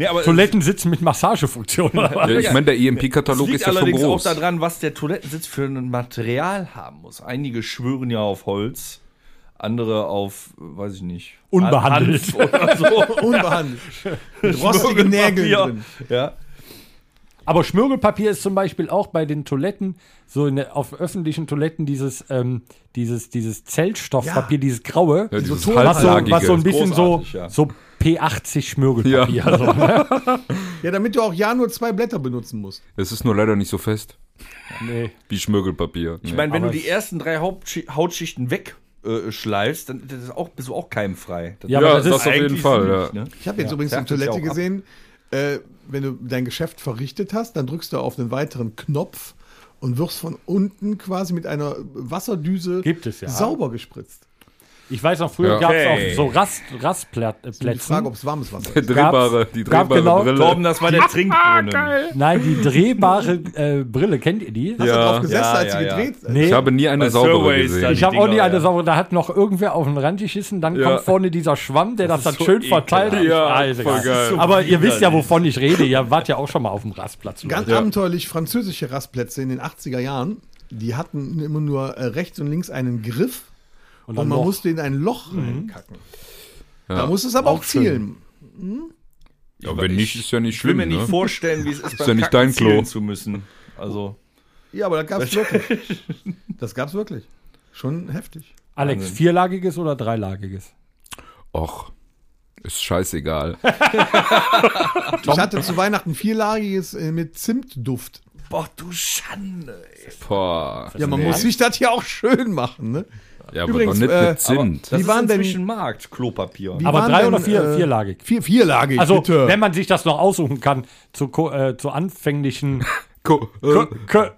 S3: Nee, aber
S4: Toiletten sitzen mit Massagefunktion. oder was?
S5: Ja, ich meine, der
S3: es
S5: EMP-Katalog
S3: liegt
S5: ist ja schon
S3: allerdings auch
S5: groß.
S3: daran, was der Toilettensitz für ein Material haben muss. Einige schwören ja auf Holz, andere auf, äh, weiß ich nicht.
S4: Unbehandelt.
S3: Hanf Oder so.
S6: Unbehandelt. Mit rostigen Nägeln drin.
S3: Ja.
S4: Aber Schmirgelpapier ist zum Beispiel auch bei den Toiletten, so in, der- auf öffentlichen Toiletten, dieses, ähm, dieses, dieses Zellstoffpapier, dieses graue.
S5: Ja, dieses
S4: so, was, so,
S5: halblagige.
S4: was so ein bisschen so,
S3: Großartig, ja.
S4: so P80 Schmirgelpapier.
S5: Ja.
S4: So, ne?
S6: Ja, damit du auch ja nur zwei Blätter benutzen musst.
S5: Es ist nur leider nicht so fest
S4: nee.
S5: wie Schmirgelpapier.
S3: Ich meine, wenn du die ersten drei Hauptschi Hautschichten wegschleifst, dann das ist auch, bist du auch keimfrei. Das
S4: Ja,
S5: ja,
S4: aber
S5: das,
S4: das ist
S5: auf jeden
S3: eigentlich
S5: Fall.
S3: nicht,
S5: Ja.
S3: ne?
S6: Ich habe jetzt übrigens eine
S3: zerrt sich
S6: Toilette
S3: auch ab.
S6: gesehen. Äh, wenn du dein Geschäft verrichtet hast, dann drückst du auf einen weiteren Knopf und wirst von unten quasi mit einer Wasserdüse
S4: Gibt es ja.
S6: sauber gespritzt.
S4: Ich weiß noch, früher
S5: Ja.
S4: gab es
S3: Okay.
S4: auch so Rast,
S6: Die Frage, ob
S4: Rastplätze.
S6: es warmes Wasser
S5: Der
S6: ist.
S5: drehbare,
S4: Gab's-
S5: die
S4: gab
S5: drehbare
S4: genau-
S5: Brille.
S3: Torben, das
S5: Ah,
S3: war der Trinkbrunnen.
S4: Nein, die drehbare äh, Brille, kennt ihr die?
S6: Hast du drauf gesessen,
S3: ja,
S6: als
S3: ja,
S6: sie
S3: ja.
S6: gedreht
S4: Nee,
S5: Ich habe nie eine
S3: Bei
S5: saubere
S3: Surveys
S5: gesehen.
S3: dann
S4: Ich habe auch
S3: Dinger,
S4: nie eine
S3: ja.
S4: Saure. Da hat noch irgendwer auf den Rand geschissen, dann
S5: Ja.
S4: kommt vorne dieser Schwamm, der das,
S3: ist
S4: dann
S3: so
S4: schön verteilt hat.
S3: ekelhaft. Ja,
S4: Ah, ist
S3: voll
S4: egal.
S3: geil.
S4: Aber ihr wisst ja,
S3: widerlich.
S4: wovon ich rede. Ihr wart ja auch schon mal auf dem Rastplatz.
S6: Ganz abenteuerlich französische Rastplätze in den 80er Jahren. Die hatten immer nur äh, rechts und links einen Griff und,
S4: ein
S6: man
S4: Loch. Mhm.
S6: musste in ein Loch reinkacken. Da musste es aber auch,
S4: schön.
S6: zielen.
S5: Ja, wenn nicht, ist ja nicht
S3: Ich will
S5: schlimm.
S3: mir nicht
S5: ne?
S3: vorstellen, wie es ist,
S5: ja nicht dein Klo.
S3: zielen zu müssen. Also,
S6: Ja, aber das gab es wirklich. Das gab es wirklich. Schon heftig.
S4: Alex, vierlagiges oder dreilagiges?
S5: Och, ist scheißegal.
S6: Ich hatte zu Weihnachten vierlagiges äh, mit Zimtduft.
S3: boah, du Schande.
S5: Boah.
S6: Ja, man muss sich das ja auch schön machen. Ne?
S5: Ja, aber
S6: Übrigens,
S5: doch nicht
S6: äh,
S5: mit Zimt.
S3: Das
S6: Wie waren
S3: ist
S6: denn-
S3: inzwischen Markt, Klopapier.
S6: Wie
S4: Aber
S6: waren
S4: drei
S6: denn,
S4: oder vier?
S6: äh,
S4: vierlagig.
S6: Vier, vierlagig,
S4: Also,
S6: bitte.
S4: wenn man sich das noch aussuchen kann, zu, ko- äh, zu anfänglichen
S5: Ko-
S4: Kö-
S5: äh,
S4: Kö-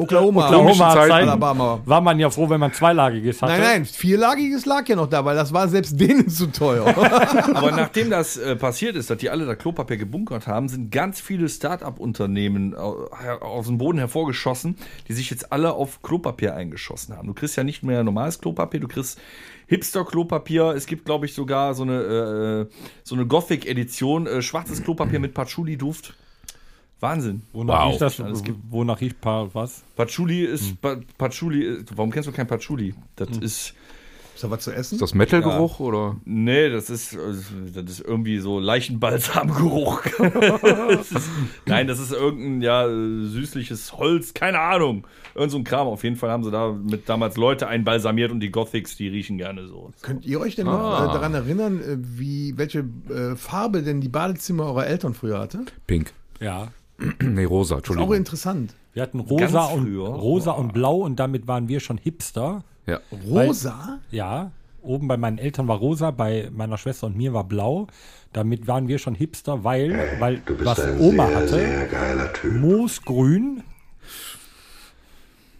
S6: Oklahoma,
S4: Oklahoma-Zeiten
S6: Alabama.
S4: war man ja froh, wenn man zweilagiges hatte.
S6: Nein, nein, vierlagiges lag ja noch da, weil das war selbst denen zu teuer.
S3: Aber nachdem das äh, passiert ist, dass die alle da Klopapier gebunkert haben, sind ganz viele Start-up-Unternehmen au- her- aus dem Boden hervorgeschossen, die sich jetzt alle auf Klopapier eingeschossen haben. Du kriegst ja nicht mehr normales Klopapier, du kriegst Hipster-Klopapier. Es gibt, glaube ich, sogar so eine, äh, so eine Gothic-Edition, äh, schwarzes Klopapier mit Patchouli-Duft. Wahnsinn.
S4: Wonach
S5: Wow.
S4: riecht das? Wonach riecht Paar was?
S3: Patchouli ist. Pa Patchouli. ist- Warum kennst du kein Patchouli? Das ist.
S6: Ist da was zu essen?
S5: Ist das Metal-Geruch oder?
S3: Nee, das ist, äh, das ist irgendwie so Leichenbalsamgeruch. Das ist- Nein, das ist irgendein ja, äh, süßliches Holz, keine Ahnung. Irgend so ein Kram. Auf jeden Fall haben sie da mit damals Leute einbalsamiert und die Gothics, die riechen gerne so.
S6: Könnt ihr euch denn noch äh, daran erinnern, äh, wie, welche äh, Farbe denn die Badezimmer eurer Eltern früher hatte?
S5: Pink.
S4: Ja.
S5: Nee, rosa,
S6: Auch
S5: Entschuldigung.
S6: interessant.
S4: Wir hatten rosa,
S3: Ganz
S4: und,
S3: früher.
S4: rosa und blau und damit waren wir schon Hipster.
S5: Ja.
S6: Rosa?
S4: Ja, oben bei meinen Eltern war rosa, bei meiner Schwester und mir war blau. Damit waren wir schon Hipster, weil, weil was Oma hatte, Moosgrün.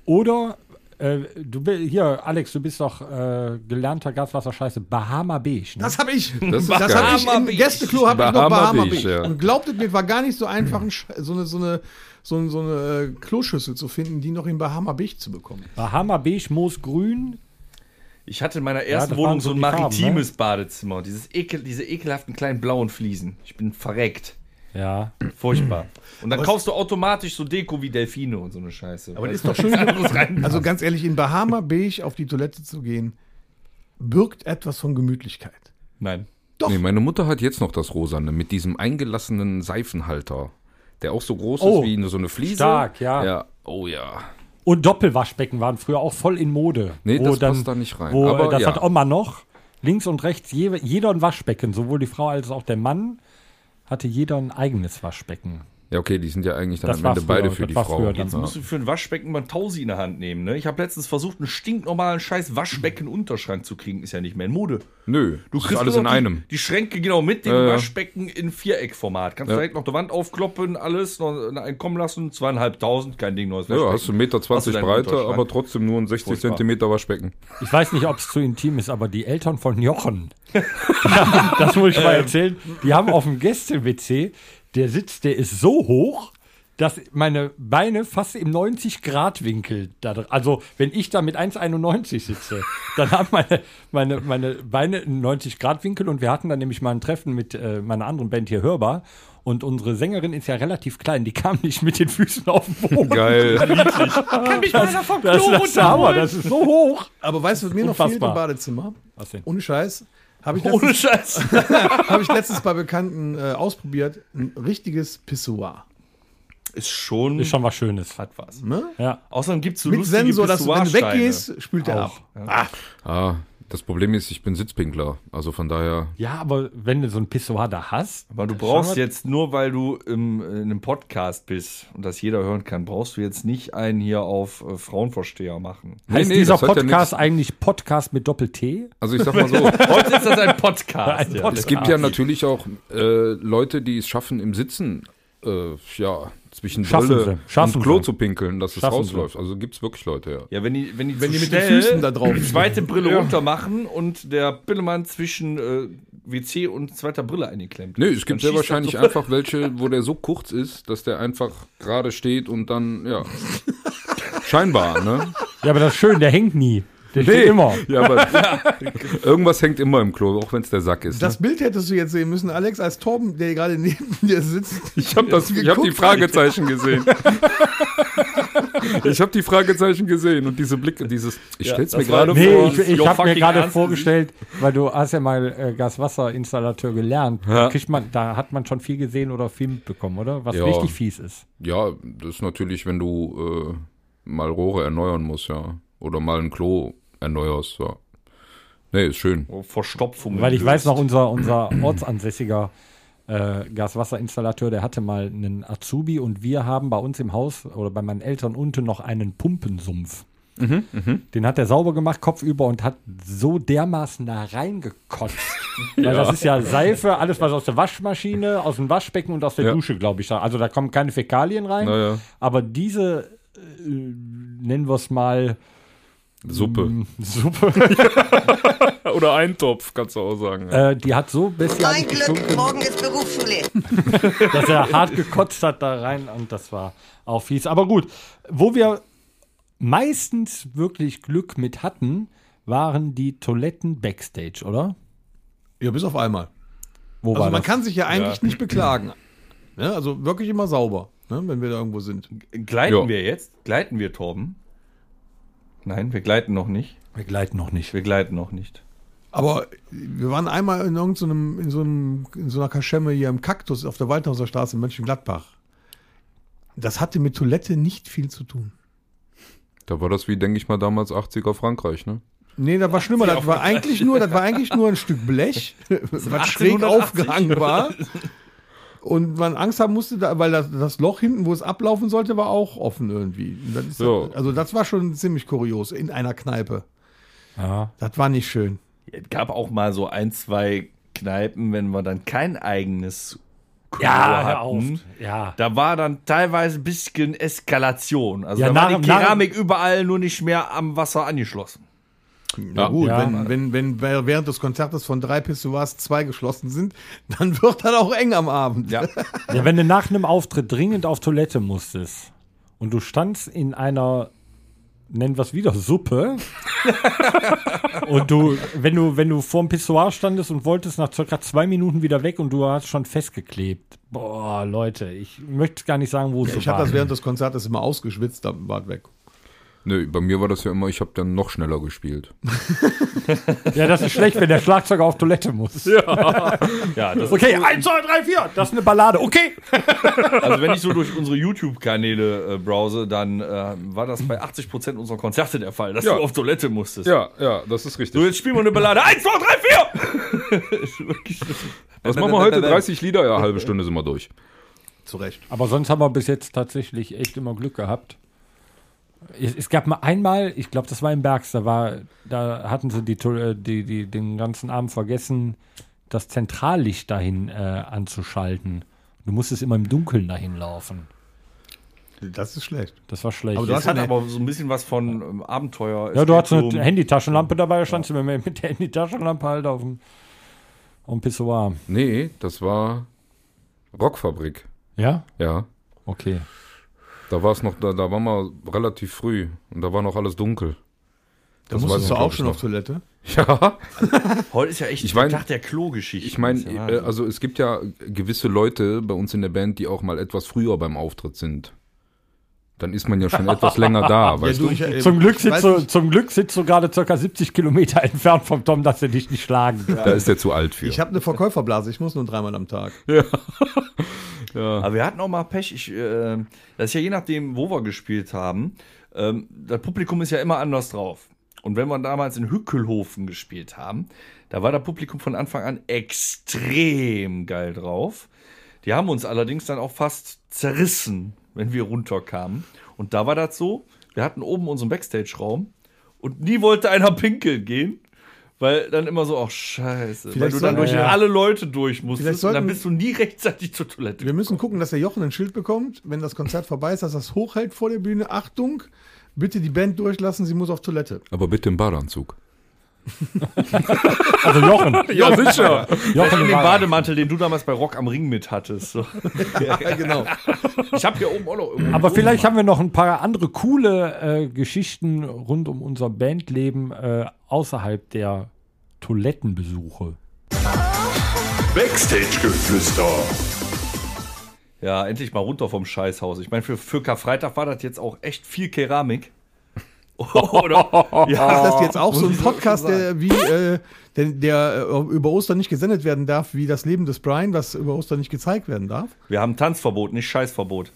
S4: Oder äh, du bi- hier, Alex, du bist doch äh, gelernter Gaswasserscheiße, Bahama Beige. Ne?
S6: Das habe ich.
S5: Das ist
S6: Das
S5: geil.
S6: habe ich im Gästeklo habe ich noch
S5: Bahama
S6: Bahama
S5: Beach,
S6: Beach.
S5: ja.
S6: Und glaubtet mir, war gar nicht so einfach, ein Sch- so eine, so eine, so eine, so eine äh, Kloschüssel zu finden, die noch in Bahama Beach zu bekommen.
S4: Bahama Beige, Moosgrün.
S3: Ich hatte in meiner ersten
S4: das
S3: Wohnung
S4: waren
S3: so
S4: so
S3: ein
S4: die Farben,
S3: maritimes Badezimmer. Dieses ekel, diese ekelhaften kleinen blauen Fliesen. Ich bin verreckt.
S4: Ja.
S3: Furchtbar. Und dann kaufst du automatisch so Deko wie Delfine und so eine Scheiße. Aber
S6: ist doch schön, Also ganz ehrlich, in Bahama Beach auf die Toilette zu gehen, birgt etwas von Gemütlichkeit.
S3: Nein.
S5: Nee, meine Mutter hat jetzt noch das Rosane mit diesem eingelassenen Seifenhalter, der auch so groß
S4: Oh.
S5: ist wie so eine Fliese.
S4: Stark, ja.
S5: ja. Oh ja.
S4: Und Doppelwaschbecken waren früher auch voll in Mode.
S5: Nee, das passt da nicht rein.
S4: Wo, äh,
S5: Aber
S4: das
S5: ja.
S4: hat Oma noch. Links und rechts je, jeder ein Waschbecken. Sowohl die Frau als auch der Mann hatte jeder ein eigenes Waschbecken.
S5: Ja, okay, die sind ja eigentlich dann
S4: Das
S5: am
S4: war
S5: Ende
S4: früher,
S5: beide für
S4: das
S5: die
S4: war
S5: Frau.
S4: früher dann. ne?
S3: Jetzt musst du für ein Waschbecken mal einen Tausi in der Hand nehmen. Ne? Ich habe letztens versucht, einen stinknormalen scheiß Waschbecken-Unterschrank zu kriegen. Ist ja nicht mehr in Mode.
S5: Nö, du kriegst alles
S3: nur
S5: in
S3: noch die,
S5: einem.
S3: Die Schränke genau mit dem
S5: Ja, ja.
S3: Waschbecken in Viereckformat. Kannst direkt noch die Wand aufkloppen, alles noch einkommen lassen. Zweieinhalbtausend, kein Ding, neues
S5: Ja, hast du 1,20 Meter
S3: Hast du deinen
S5: Breite,
S3: Unterschrank?
S5: aber trotzdem nur ein 60
S3: Furchtbar.
S5: Zentimeter Waschbecken.
S4: Ich weiß nicht, ob es zu intim ist, aber die Eltern von Jochen, Ja, das muss ich mal erzählen, die haben auf dem Gäste-WC, der Sitz, der ist so hoch, dass meine Beine fast im 90-Grad-Winkel, da dr- also wenn ich da mit 1,91 sitze, dann haben meine, meine, meine Beine einen 90-Grad-Winkel und wir hatten dann nämlich mal ein Treffen mit äh, meiner anderen Band hier, Hörbar, und unsere Sängerin ist ja relativ klein, die kam nicht mit den Füßen auf den Boden.
S5: Geil.
S4: Kann mich das, vom Klo das, das ist der Hammer, ne? das ist so hoch.
S6: Aber weißt du, was mir noch fehlt im
S4: Unfassbar.
S6: Badezimmer?
S4: Was denn?
S6: Ohne Scheiß. Habe ich,
S3: Ohne
S6: letztens-
S3: Scheiß.
S6: hab ich letztens bei Bekannten äh, ausprobiert. Ein richtiges Pissoir.
S3: Ist schon,
S4: Ist schon was Schönes.
S3: hat was.
S6: Ne?
S4: Ja.
S3: Außerdem gibt es so
S6: Mit
S3: lustige
S6: Sensor, dass du, wenn du
S3: Pissoirsteine.
S6: weggehst, spült er ab.
S5: ah, das Problem ist, ich bin Sitzpinkler. Also von daher.
S4: Ja, aber wenn du so ein Pissoir da hast,
S3: Aber du brauchst jetzt nur, weil du im, äh, in einem Podcast bist und das jeder hören kann, brauchst du jetzt nicht einen hier auf äh, Frauenversteher machen.
S4: heißt
S5: nee,
S4: dieser
S5: das hat ja
S4: Podcast
S5: nichts-
S4: eigentlich Podcast mit Doppel-T?
S5: Also ich sag mal so,
S3: Heute ist das ein Podcast.
S4: Ein
S3: ja.
S4: Podcast.
S5: es gibt ja natürlich auch äh, Leute, die es schaffen, im Sitzen äh, ja, zwischen
S4: Schaffen sie,
S5: Brille
S4: schaffen
S5: und Klo
S4: sie.
S5: zu pinkeln, dass es
S4: Schaffen
S5: rausläuft. Also gibt es wirklich Leute, ja.
S3: Ja, wenn die, wenn die,
S6: Wenn
S3: zu
S6: die mit den
S3: schnell
S6: Füßen da drauf
S3: die zweite Brille runter machen und der Pillemann zwischen äh, WC und zweiter Brille eingeklemmt.
S5: Nö, es gibt
S3: Dann
S5: sehr
S3: schießt er
S5: wahrscheinlich
S3: so-
S5: einfach welche, wo der so kurz ist, dass der einfach gerade steht und dann, ja. Scheinbar, ne?
S4: Ja, aber das ist schön, der hängt nie. Der steht immer.
S5: Ja, aber irgendwas hängt immer im Klo, auch wenn es der Sack ist. ne?
S6: Das Bild hättest du jetzt sehen müssen, Alex, als Torben, der gerade neben dir sitzt.
S5: Ich habe das, ich habe die
S6: Geguckt,
S5: Fragezeichen gesehen. ich habe die Fragezeichen gesehen und diese Blicke, dieses. Ich stell's mir
S3: das war-
S5: gerade
S3: Nee,
S5: vor.
S4: ich, ich
S3: your
S4: habe mir
S3: fucking
S4: gerade
S3: ernst,
S4: vorgestellt, weil du hast ja mal äh, Gaswasserinstallateur gelernt. Da Kriegt man, da hat man schon viel gesehen oder viel mitbekommen, oder? Was
S5: Ja.
S4: richtig fies ist.
S5: Ja, das ist natürlich, wenn du äh, mal Rohre erneuern musst, ja, oder mal ein Klo erneuerst, ja. Nee, ist schön.
S3: Oh, Verstopfung.
S4: Weil ich weiß
S3: gelöst.
S4: noch, unser, unser ortsansässiger äh, Gaswasserinstallateur, der hatte mal einen Azubi und wir haben bei uns im Haus oder bei meinen Eltern unten noch einen Pumpensumpf. Mhm, Den hat er sauber gemacht, kopfüber und hat so dermaßen da reingekotzt. Weil das ist ja Seife, alles was aus der Waschmaschine, aus dem Waschbecken und aus der
S5: Ja.
S4: Dusche, glaube ich. da. Also da kommen keine Fäkalien rein.
S5: Naja,
S4: Aber diese, äh, nennen wir es mal,
S5: Suppe.
S4: Suppe,
S5: Oder Eintopf, kannst du auch sagen. Ja.
S4: äh, die hat so bestialisch
S8: Mein Glück,
S4: gestunken.
S8: morgen ist Berufsschule.
S4: dass er hart gekotzt hat da rein und das war auch fies. Aber gut, wo wir meistens wirklich Glück mit hatten, waren die Toiletten backstage, oder?
S6: Ja, bis auf einmal.
S4: Wo
S6: Also
S4: war
S6: man
S4: das?
S6: kann sich ja eigentlich nicht beklagen. Ne? Also wirklich immer sauber, ne? wenn wir da irgendwo sind.
S3: Gleiten
S5: Ja.
S3: wir jetzt? Gleiten wir, Torben? Nein, wir gleiten noch nicht.
S4: Wir gleiten noch nicht.
S3: Wir gleiten noch nicht.
S6: Aber wir waren einmal in irgendeinem, in so, einem, in so einer Kaschemme hier im Kaktus auf der Waldhauser Straße in Mönchengladbach. Das hatte mit Toilette nicht viel zu tun.
S5: Da war das wie, denke ich mal, damals 80er Frankreich, ne?
S6: Nee, das war schlimmer. Das war eigentlich nur, das war eigentlich nur ein Stück Blech, was schräg aufgehangen war. Und man Angst haben musste, da, weil das, das Loch hinten, wo es ablaufen sollte, war auch offen irgendwie. Und Das ist,
S5: Ja.
S6: Also das war schon ziemlich kurios in einer Kneipe.
S4: Ja.
S6: Das war nicht schön.
S3: Es gab auch mal so ein, zwei Kneipen, wenn wir dann kein eigenes Klo
S4: Ja, hör auf.
S3: hatten.
S4: Ja.
S3: Da war dann teilweise ein bisschen Eskalation. Also
S4: Ja,
S3: da war
S4: nach-
S3: die
S4: nach-
S3: Keramik überall nur nicht mehr am Wasser angeschlossen.
S6: Na gut,
S4: ja.
S6: wenn, wenn, wenn während des Konzertes von drei Pissoirs zwei geschlossen sind, dann wird das auch eng am Abend.
S3: Ja.
S4: ja, wenn du nach einem Auftritt dringend auf Toilette musstest und du standst in einer nennen wir es wieder Suppe. und du, wenn du, wenn du vorm Pissoir standest und wolltest nach circa zwei Minuten wieder weg und du hast schon festgeklebt. Boah, Leute, ich möchte gar nicht sagen, wo es so
S6: Ich
S4: war.
S6: habe das während des Konzertes immer ausgeschwitzt, dann war es weg.
S5: Nö, bei mir war das ja immer, ich habe dann noch schneller gespielt.
S4: ja, das ist schlecht, wenn der Schlagzeuger auf Toilette muss.
S3: Ja, das
S4: Okay, eins, zwei, drei, vier. Das ist eine Ballade. Okay.
S3: Also wenn ich so durch unsere YouTube-Kanäle äh, browse, dann äh, war das bei 80% unserer Konzerte der Fall, dass
S5: Ja.
S3: du auf Toilette musstest.
S5: Ja, ja, das ist
S3: So,
S5: richtig.
S3: jetzt spielen wir eine Ballade. Eins, zwei, drei, vier! Ist wirklich-
S5: Was
S3: Nein,
S5: machen
S3: nein,
S5: wir heute?
S3: nein, nein.
S5: 30 Lieder? Ja, halbe Stunde sind wir durch.
S6: Zu Recht.
S4: Aber sonst haben wir bis jetzt tatsächlich echt immer Glück gehabt. Es, es gab mal einmal, ich glaube, das war in Bergs, da war, da hatten sie die, To- äh, die, die, den ganzen Abend vergessen, das Zentrallicht dahin äh, anzuschalten. Du musstest immer im Dunkeln dahin laufen.
S6: Das ist schlecht.
S4: Das war schlecht.
S6: Aber du
S3: Das
S6: hast
S3: hat
S6: eine-
S3: aber so ein bisschen was von ähm, Abenteuer.
S4: ja, du hattest
S3: Escape
S4: eine
S3: Room.
S4: Handytaschenlampe dabei, da standst du mit, mit der Handytaschenlampe halt auf dem, auf dem Pissoir.
S5: Nee, das war Rockfabrik.
S4: Ja?
S5: Ja.
S4: Okay.
S5: Da war es noch, da, da war mal relativ früh und da war noch alles dunkel.
S6: Da
S5: Das weiß
S6: musstest
S5: ich
S6: du
S5: glaub
S6: auch
S5: ich
S6: schon
S5: noch.
S6: auf Toilette.
S5: Ja.
S3: Heute ist ja echt
S5: Ich mein-
S3: der Tag der Klogeschichte.
S5: Ich meine,
S3: Das ist ja
S5: äh,
S3: Wahnsinn.
S5: also es gibt ja gewisse Leute bei uns in der Band, die auch mal etwas früher beim Auftritt sind. Dann ist man ja schon etwas länger da, weißt du?
S6: äh,
S4: Zum Glück,
S6: sitzt
S4: sitzt du, zum Glück sitzt du gerade circa 70 Kilometer entfernt vom Tom, dass er dich nicht schlagen kann.
S5: Da ist er zu alt für.
S6: Ich habe eine Verkäuferblase, ich muss nur dreimal am Tag.
S3: Aber wir hatten auch mal Pech. Ich, äh, das ist ja je nachdem, wo wir gespielt haben. Ähm, das Publikum ist ja immer anders drauf. Und wenn wir damals in Hückelhofen gespielt haben, da war das Publikum von Anfang an extrem geil drauf. Die haben uns allerdings dann auch fast zerrissen, wenn wir runterkamen. Und da war das so, wir hatten oben unseren Backstage-Raum und nie wollte einer pinkeln gehen, Weil dann immer so, ach scheiße. weil
S6: Vielleicht
S3: du dann
S6: sollten-
S3: durch
S6: ja.
S3: alle Leute durch musstest
S6: Vielleicht
S3: und dann
S6: sollten-
S3: bist du nie rechtzeitig zur Toilette.
S6: Wir müssen gucken, dass der Jochen ein Schild bekommt, wenn das Konzert vorbei ist, dass das hochhält vor der Bühne. Achtung, bitte die Band durchlassen, sie muss auf Toilette.
S5: Aber bitte im Badeanzug.
S4: Also Jochen.
S5: Ja, sicher.
S3: Jochen den
S4: war-
S3: Bademantel, den du damals bei Rock am Ring mit hattest. So.
S6: Ja, genau.
S3: Ich habe hier oben auch noch irgendwo.
S4: Aber vielleicht haben wir noch ein paar andere coole äh, Geschichten rund um unser Bandleben äh, außerhalb der Toilettenbesuche.
S2: Backstage-Geflüster.
S3: Ja, endlich mal runter vom Scheißhaus. Ich meine, für, für Karfreitag war das jetzt auch echt viel Keramik. Oder?
S6: Ist
S3: Ja,
S6: das jetzt auch so ein Podcast, der, wie, äh, der, der äh, über Ostern nicht gesendet werden darf, wie das Leben des Brian, was über Ostern nicht gezeigt werden darf?
S3: wir haben Tanzverbot, nicht Scheißverbot.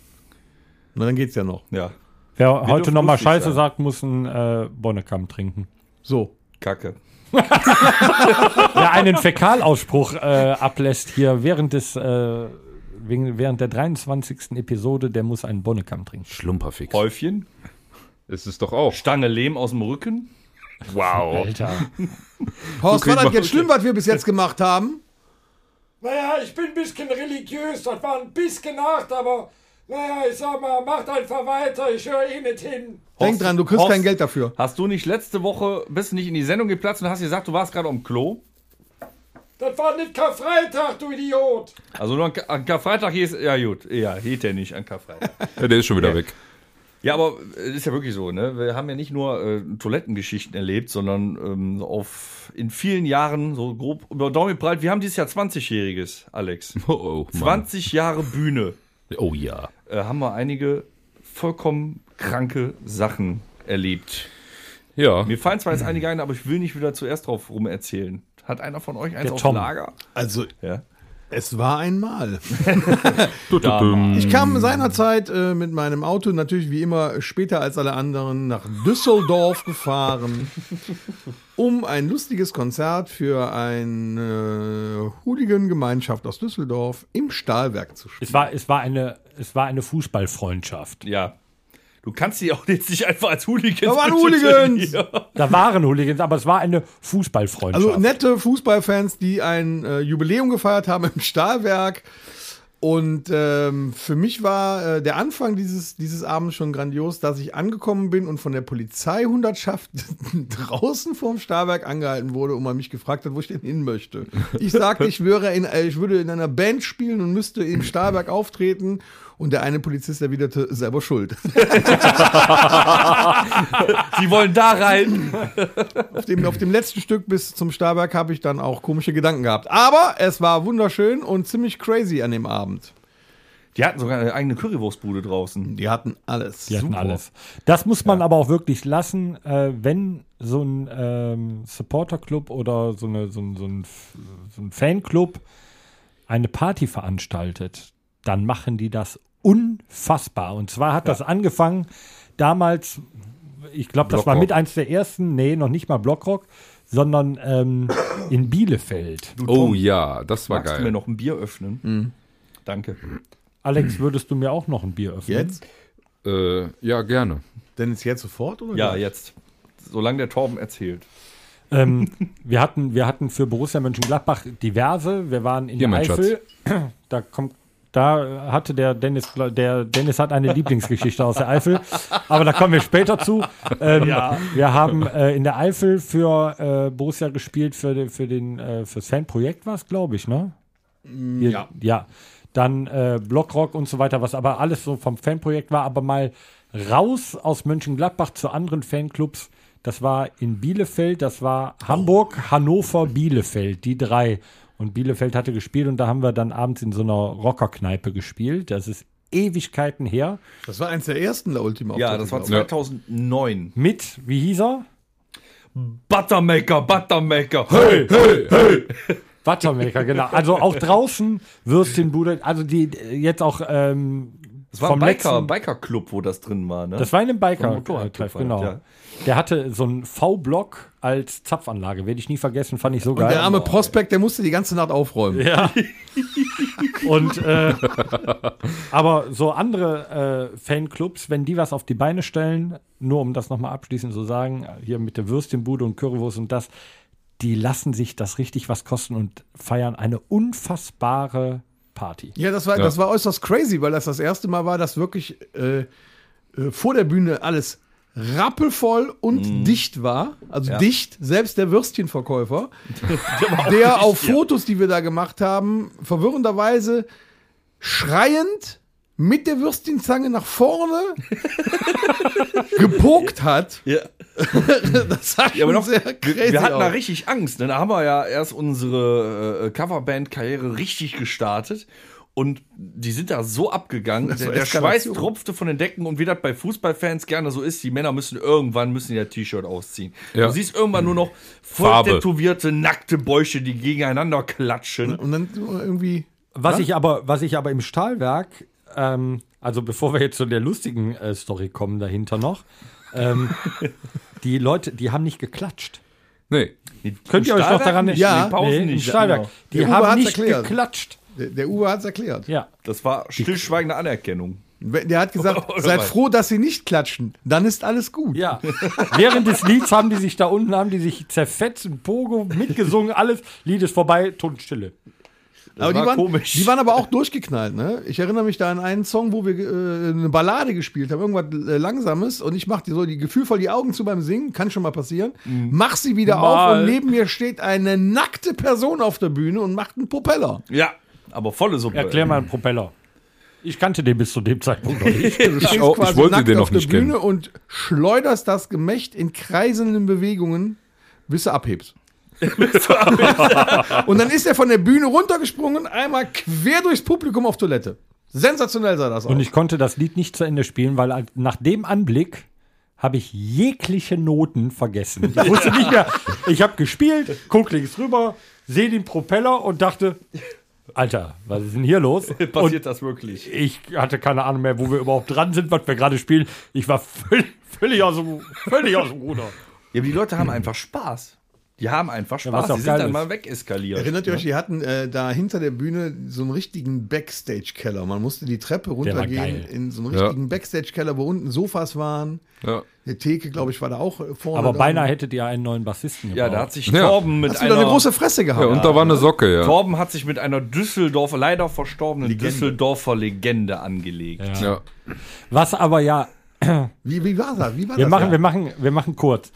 S6: Na, dann geht's ja noch.
S3: Ja,
S4: Wer heute
S3: dürfen
S4: nochmal
S3: lustig
S4: Scheiße
S3: sein.
S4: sagt, muss einen äh, Bonnekamp trinken.
S6: So.
S3: Kacke.
S4: Wer einen Fäkalausspruch äh, ablässt hier während des äh, wegen, während der 23. Episode, der muss einen Bonnekamp trinken.
S5: Schlumperfix.
S3: Häufchen,
S5: Ist es doch auch.
S3: Stange Lehm aus dem Rücken.
S5: Wow.
S6: Horst, war
S5: kriegt
S6: das
S5: man-
S6: jetzt schlimm, was wir bis jetzt gemacht haben?
S1: Naja, ich bin ein bisschen religiös, das war ein bisschen hart, aber naja, ich sag mal, macht einfach weiter, ich höre eh nicht hin.
S6: Denk dran, du kriegst
S3: Horst-
S6: kein Geld dafür.
S3: Hast du nicht letzte Woche, bist du nicht in die Sendung geplatzt und hast gesagt, du warst gerade am Klo?
S1: Das war nicht Karfreitag, du Idiot.
S3: Also nur an, Ka- an Karfreitag hieß, ja gut, ja, hielt der nicht an Karfreitag.
S5: Ja, der ist schon wieder weg.
S3: Ja, aber es ist ja wirklich so, ne? Wir haben ja nicht nur äh, Toilettengeschichten erlebt, sondern ähm, so auf in vielen Jahren, so grob über Daumen breit, wir haben dieses Jahr 20-Jähriges, Alex.
S5: Oh, oh, Mann.
S3: 20 Jahre Bühne
S5: oh ja.
S3: äh, haben wir einige vollkommen kranke Sachen erlebt.
S5: Ja.
S3: Mir fallen zwar jetzt einige ein, aber ich will nicht wieder zuerst drauf rum erzählen. Hat einer von euch eins
S4: Der
S3: auf
S4: Tom.
S3: Lager?
S6: Also,
S3: Ja.
S6: es war einmal.
S5: Tututum.
S6: Ich kam seinerzeit äh, mit meinem Auto natürlich wie immer später als alle anderen nach Düsseldorf gefahren, um ein lustiges Konzert für eine Hooligan-Gemeinschaft aus Düsseldorf im Stahlwerk zu spielen.
S4: Es war, es war eine, es war eine Fußballfreundschaft.
S3: Ja. Du kannst sie auch jetzt nicht einfach als Hooligans.
S6: Da waren
S3: betiteln.
S6: Hooligans!
S3: Ja.
S4: Da waren Hooligans, aber es war eine Fußballfreundschaft.
S6: Also nette Fußballfans, die ein äh, Jubiläum gefeiert haben im Stahlwerk. Und ähm, für mich war äh, der Anfang dieses, dieses Abends schon grandios, dass ich angekommen bin und von der Polizeihundertschaft draußen vorm Stahlwerk angehalten wurde und man mich gefragt hat, wo ich denn hin möchte. Ich sagte, ich, wäre in, äh, ich würde in einer Band spielen und müsste im Stahlwerk auftreten. Und der eine Polizist erwiderte, selber schuld.
S3: Die wollen da rein.
S6: auf, dem, auf dem letzten Stück bis zum Starberg habe ich dann auch komische Gedanken gehabt. Aber es war wunderschön und ziemlich crazy an dem Abend.
S3: Die hatten sogar eine eigene Currywurstbude draußen.
S6: Die hatten alles.
S4: Die hatten alles. Das muss man aber auch wirklich lassen, äh, wenn so ein ähm, Supporterclub oder so, eine, so, ein, so, ein, F- so ein Fanclub eine Party veranstaltet, dann machen die das unfassbar. Und zwar hat das angefangen damals, ich glaube, das war
S5: Blockrock.
S4: mit eins der ersten, nee, noch nicht mal Blockrock, sondern ähm, in Bielefeld.
S3: Du,
S5: Oh
S3: Tom,
S5: ja, das war
S3: Magst du mir
S5: geil.
S3: noch ein Bier öffnen? Danke.
S4: Alex, würdest du mir auch noch ein Bier öffnen?
S6: Jetzt?
S5: Äh, ja, gerne.
S6: Denn ist jetzt sofort oder?
S3: Ja,
S6: gleich?
S3: jetzt. Solange der Torben erzählt.
S4: Ähm, wir, hatten, wir hatten für Borussia Mönchengladbach diverse. Wir waren in der
S5: Hier, mein
S4: Eifel. Da kommt. Da hatte der Dennis, der Dennis hat eine Lieblingsgeschichte aus der Eifel, aber da kommen wir später zu. Ähm, Wir haben äh, in der Eifel für äh, Borussia gespielt, für, den- für den, äh, fürs Fanprojekt war es, glaube ich, ne? ja. ja. Dann äh, Blockrock und so weiter, was aber alles so vom Fanprojekt war, aber mal raus aus Mönchengladbach zu anderen Fanclubs. Das war in Bielefeld, das war
S3: Oh.
S4: Hamburg, Hannover, Bielefeld, die drei. Und Bielefeld hatte gespielt und da haben wir dann abends in so einer Rockerkneipe gespielt. Das ist Ewigkeiten her.
S6: Das war eins der ersten der Ultima.
S3: Ja, das war
S6: glaub
S3: 2009.
S4: Mit, wie hieß er?
S3: Buttermaker, Buttermaker. Hey!
S4: Buttermaker, genau. Also auch draußen Würstchenbude, also die äh, jetzt auch ähm,
S3: Das war ein Biker, Biker-Club, wo das drin war, ne?
S4: Das war in einem
S3: Vom
S4: Biker,
S3: Motorradclub
S4: Treff,
S3: war das,
S4: genau.
S3: ja.
S4: Der hatte so einen V-Block als Zapfanlage, werde ich nie vergessen, fand ich so
S6: ich.
S4: geil.
S6: Der arme Prospekt, der musste die ganze Nacht aufräumen.
S4: Und äh, aber so andere äh, Fanclubs, wenn die was auf die Beine stellen, nur um das nochmal abschließend zu sagen, hier mit der Würstchenbude und Currywurst und das, die lassen sich das richtig was kosten und feiern eine unfassbare Party.
S6: Ja, das war, das war äußerst crazy, weil das das erste Mal war, dass wirklich äh, äh, vor der Bühne alles rappelvoll und
S3: Mhm.
S6: dicht war. Also dicht, selbst der Würstchenverkäufer, der, auf Fotos, die wir da gemacht haben, verwirrenderweise schreiend mit der Würstchenzange nach vorne gepokt hat.
S3: Ja.
S6: Das sah
S3: Ja,
S6: schon
S3: aber noch,
S6: sehr
S3: wir,
S6: crazy
S3: wir hatten da
S6: aus.
S3: richtig Angst. Ne? Da haben wir ja erst unsere äh, Coverband-Karriere richtig gestartet. Und die sind da so abgegangen. Der,
S6: war
S3: der Schweiß
S6: Eskalation.
S3: tropfte von den Decken und wie das bei Fußballfans gerne so ist, die Männer müssen irgendwann müssen ihr T-Shirt ausziehen.
S5: Ja.
S3: Du siehst irgendwann nur noch voll
S5: Farbe.
S3: tätowierte, nackte Bäuche, die gegeneinander klatschen.
S6: Und dann irgendwie.
S4: Was ich aber, was ich aber im Stahlwerk, ähm, also bevor wir jetzt zu der lustigen äh, Story kommen, dahinter noch, ähm, die Leute, die haben nicht geklatscht.
S5: Nee.
S4: Könnt ihr euch noch daran
S3: nicht?
S6: Ja.
S3: in den Pausen
S4: nee, im
S3: nicht. Genau.
S4: Stahlwerk. Die
S6: Der Uwe
S4: haben
S6: hat's
S4: nicht
S6: erklärt.
S4: geklatscht.
S6: Der, der Uwe hat es erklärt.
S4: Ja.
S3: Das war stillschweigende Anerkennung.
S6: Der hat gesagt,
S3: Oder
S6: seid
S3: was?
S6: froh, dass sie nicht klatschen. Dann ist alles gut.
S4: Ja, während des Lieds haben die sich da unten, haben die sich zerfetzt, ein Pogo mitgesungen, alles. Lied ist vorbei, Totenstille.
S6: aber
S3: war
S6: die waren,
S3: komisch.
S6: Die waren aber auch durchgeknallt, ne? Ich erinnere mich da an einen Song, wo wir äh, eine Ballade gespielt haben, irgendwas äh, Langsames, und ich mache so die gefühlvoll die Augen zu beim Singen, kann schon mal passieren.
S3: Mhm.
S6: Mach sie wieder auf
S4: Mal.
S6: und neben mir steht eine nackte Person auf der Bühne und macht einen Propeller.
S3: Ja, aber volle Suppe.
S4: Erklär mal einen Propeller. Ich kannte den bis zu dem Zeitpunkt noch nicht.
S6: Du stehst
S4: Oh,
S5: auch- ich
S6: quasi
S5: wollte
S6: nackt
S5: den
S6: auf
S5: noch nicht
S6: der Bühne und schleuderst das Gemächt in kreiselnden Bewegungen, bis du abhebst. und dann ist er von der Bühne runtergesprungen, einmal quer durchs Publikum auf Toilette. Sensationell sah das aus.
S4: Und ich konnte das Lied nicht zu Ende spielen, weil nach dem Anblick habe ich jegliche Noten vergessen. Ich wusste nicht mehr. Ich habe gespielt, guck links rüber, sehe den Propeller und dachte, Alter, was ist denn hier los? Und
S3: Passiert das wirklich?
S4: ich hatte keine Ahnung mehr, wo wir überhaupt dran sind, was wir gerade spielen. Ich war völlig, völlig, aus, dem, völlig aus dem Ruder.
S3: Ja, aber die Leute haben einfach Spaß. Die haben einfach
S4: was
S3: Spaß.
S4: auch
S3: die
S4: geil
S3: sind dann
S4: ist.
S3: mal wegeskaliert.
S6: Erinnert ihr euch, die hatten äh, da hinter der Bühne so einen richtigen Backstage-Keller. Man musste die Treppe
S4: war
S6: runtergehen
S4: geil.
S6: in so einen
S5: Ja.
S6: richtigen Backstage-Keller, wo unten Sofas waren.
S5: Ja.
S6: Eine Theke, glaube ich, war da auch äh, vorne.
S4: Aber
S6: dran.
S4: beinahe hättet ihr einen neuen Bassisten
S3: Ja,
S4: gebraucht.
S3: da hat sich
S5: Ja.
S3: Torben mit
S6: Hast du da
S3: einer
S6: eine große Fresse gehabt?
S5: ja, und da war eine Socke, ja.
S3: Torben hat sich mit einer Düsseldorfer, leider verstorbenen Düsseldorfer Legende angelegt.
S5: ja.
S4: Was aber ja,
S6: Wie, wie war das? Wie war
S4: wir
S6: das?
S4: machen, wir machen, wir machen kurz.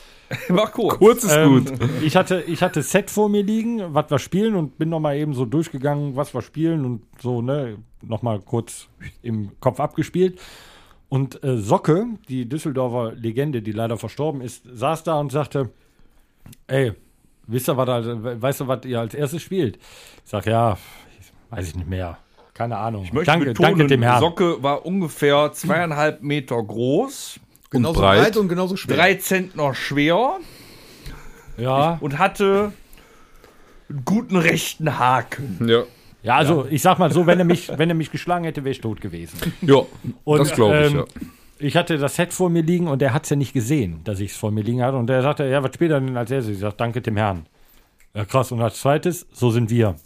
S3: Mach kurz.
S5: Kurz ist
S4: Ähm,
S5: gut.
S4: Ich hatte, ich hatte Set vor mir liegen, was wir spielen und bin nochmal eben so durchgegangen, was wir spielen und so, ne, nochmal kurz im Kopf abgespielt. Und äh, Socke, die Düsseldorfer Legende, die leider verstorben ist, saß da und sagte, ey, wisst ihr, was, da- weißt du, was ihr als erstes spielt? Ich sag, ja, weiß ich nicht mehr. Keine Ahnung. Ich
S3: Möchte
S4: danke,
S3: betonen,
S4: danke dem Herrn.
S3: Socke war ungefähr zweieinhalb Meter groß,
S6: genauso
S5: breit.
S6: breit und genauso schwer.
S3: drei Zentner schwer
S4: Ja.
S3: und hatte einen guten rechten Haken.
S5: Ja.
S4: ja, also ich sag mal so, wenn er mich, wenn er mich geschlagen hätte, wäre ich tot gewesen.
S5: Ja,
S4: Und,
S5: das glaube ich,
S4: ähm,
S5: ja.
S4: Ich hatte das Set vor mir liegen und er hat es ja nicht gesehen, dass ich es vor mir liegen hatte. Und er sagte, ja, was spielt er denn als erstes? Ich sag, danke dem Herrn. Ja, krass. Und als zweites, so sind wir.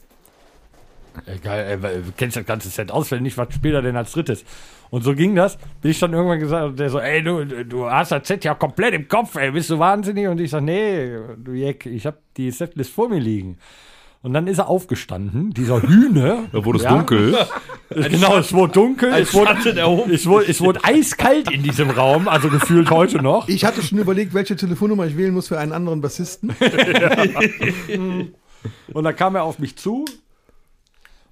S4: Egal, ey, weil du kennst das ganze Set auswendig, was spielt er denn als drittes? Und so ging das, bis ich dann irgendwann gesagt habe, der so, ey, du, du hast das Set ja komplett im Kopf, ey, bist du wahnsinnig? Und ich sag, nee, du Jack, ich habe die Setlist vor mir liegen. Und dann ist er aufgestanden, dieser Hühne.
S5: Da wurde es dunkel.
S4: Genau, es wurde dunkel, es wurde, es, wurde, es wurde eiskalt in diesem Raum, also gefühlt heute noch.
S6: Ich hatte schon überlegt, welche Telefonnummer ich wählen muss für einen anderen Bassisten.
S4: Und dann kam er auf mich zu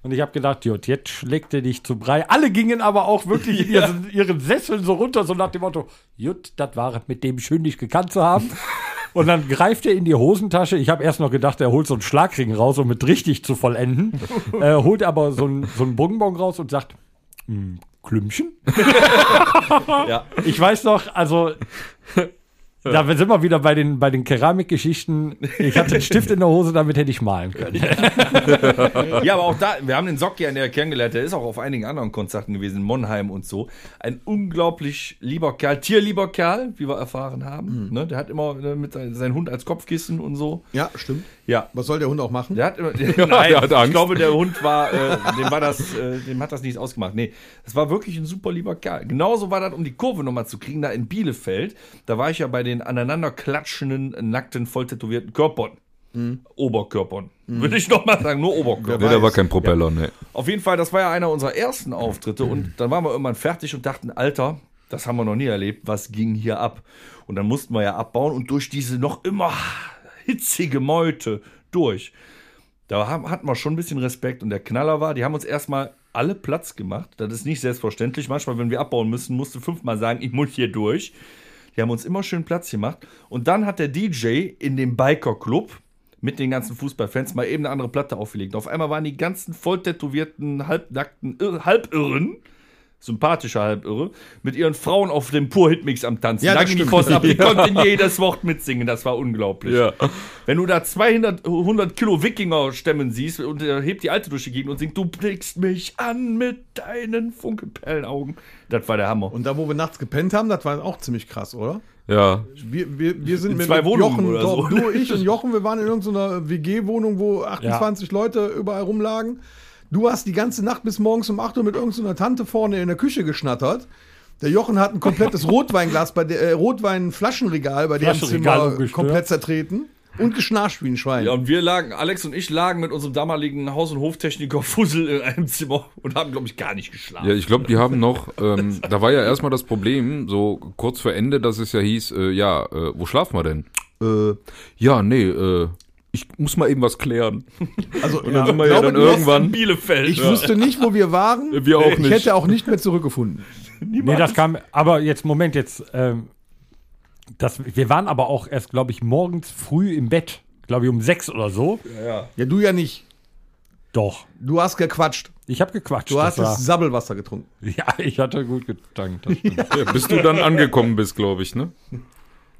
S4: und ich habe gedacht, Jod, jetzt schlägt er dich zu Brei. Alle gingen aber auch wirklich in ihren, ihren Sesseln so runter, so nach dem Motto, Jut, das war es, mit dem schön dich gekannt zu haben. Und dann greift er in die Hosentasche. Ich habe erst noch gedacht, er holt so einen Schlagring raus, um mit richtig zu vollenden. äh, holt aber so einen so einen Bonbon raus und sagt, "Hm, Klümpchen?
S3: Ja.
S4: Ich weiß noch, also da sind wir wieder bei den, bei den Keramikgeschichten. Ich hatte einen Stift in der Hose, damit hätte ich malen können.
S3: Ja, aber auch da, wir haben den Socki an der kennengelernt, der ist auch auf einigen anderen Konzerten gewesen, Monheim und so. Ein unglaublich lieber Kerl, tierlieber Kerl, wie wir erfahren haben.
S5: Mhm.
S3: Ne, der hat immer äh, mit sein- seinen Hund als Kopfkissen und so.
S6: Ja, stimmt.
S3: Ja.
S6: Was soll der Hund auch machen?
S3: Der hat immer, nein,
S5: der hat Angst.
S3: ich glaube, der Hund war, äh, dem war das, äh, dem hat das nichts ausgemacht. Nee, das war wirklich ein super lieber Kerl. Genauso war das, um die Kurve nochmal zu kriegen, da in Bielefeld. Da war ich ja bei den aneinander klatschenden, nackten, voll tätowierten Körpern.
S5: Mhm.
S3: Oberkörpern. Würde ich nochmal sagen, nur Oberkörper.
S5: Nee, da war kein Propeller, ne.
S3: Auf jeden Fall, das war ja einer unserer ersten Auftritte und dann waren wir irgendwann fertig und dachten, Alter, das haben wir noch nie erlebt, was ging hier ab? Und dann mussten wir ja abbauen und durch diese noch immer hitzige Meute durch. Da haben, hatten wir schon ein bisschen Respekt und der Knaller war, die haben uns erstmal alle Platz gemacht. Das ist nicht selbstverständlich. Manchmal, wenn wir abbauen müssen, musst du fünfmal sagen, ich muss hier durch. Die haben uns immer schön Platz gemacht. Und dann hat der DJ in dem Biker-Club mit den ganzen Fußballfans mal eben eine andere Platte aufgelegt. Auf einmal waren die ganzen voll tätowierten, halbnackten, irr, halbirren, sympathische Halbirre, mit ihren Frauen auf dem Pur-Hitmix am Tanzen.
S6: Ja,
S3: Da
S6: das
S3: ging die
S6: stimmt.
S3: Kost ab. Die konnten jedes Wort mitsingen. Das war unglaublich. Wenn du da 200 100 Kilo Wikinger stemmen siehst und äh, hebt die Alte durch die Gegend und singt, du blickst mich an mit deinen Funkepellenaugen. Das war der Hammer.
S6: Und da, wo wir nachts gepennt haben, das war auch ziemlich krass, oder?
S5: Ja.
S6: Wir, wir, wir sind
S3: In
S6: mit,
S3: zwei
S6: mit
S3: Wohnungen
S6: Jochen,
S3: oder
S6: doch,
S3: so.
S6: du, ich und Jochen, wir waren in irgendeiner WG-Wohnung, wo 28 Leute überall rumlagen. Du hast die ganze Nacht bis morgens um 8 Uhr mit irgendeiner Tante vorne in der Küche geschnattert. Der Jochen hat ein komplettes Rotweinglas bei der äh, Rotweinflaschenregal bei dem
S9: Flaschenregal
S6: Zimmer
S9: umgestört.
S6: komplett zertreten und geschnarcht wie ein Schwein.
S3: Ja, und wir lagen, Alex und ich lagen mit unserem damaligen Haus- und Hoftechniker Fussel in einem Zimmer und haben, glaube ich, gar nicht geschlafen.
S5: Ja, ich glaube, die haben noch, ähm, da war ja erstmal das Problem, so kurz vor Ende, dass es ja hieß, äh, ja, äh, wo schlafen wir denn? Äh, ja, nee, äh, ich muss mal eben was klären.
S6: Also
S5: Und dann sind wir ja
S6: glaube,
S5: dann
S6: du hast-
S5: irgendwann,
S3: Bielefeld.
S6: Ich wusste nicht, wo wir waren.
S5: wir auch
S6: Ich
S5: nicht.
S6: hätte auch nicht mehr zurückgefunden.
S4: Nee, das kam, aber jetzt, Moment, jetzt, ähm, das, wir waren aber auch erst, glaube ich, morgens früh im Bett, glaube ich, um sechs oder so.
S6: Ja, du ja nicht.
S4: Doch.
S6: Du hast gequatscht.
S4: Ich habe gequatscht.
S6: Du hast
S4: das
S6: das Sabbelwasser getrunken.
S4: war, ja, ich hatte gut getankt. Das stimmt.
S5: Ja, bis du dann angekommen bist, glaube ich, ne?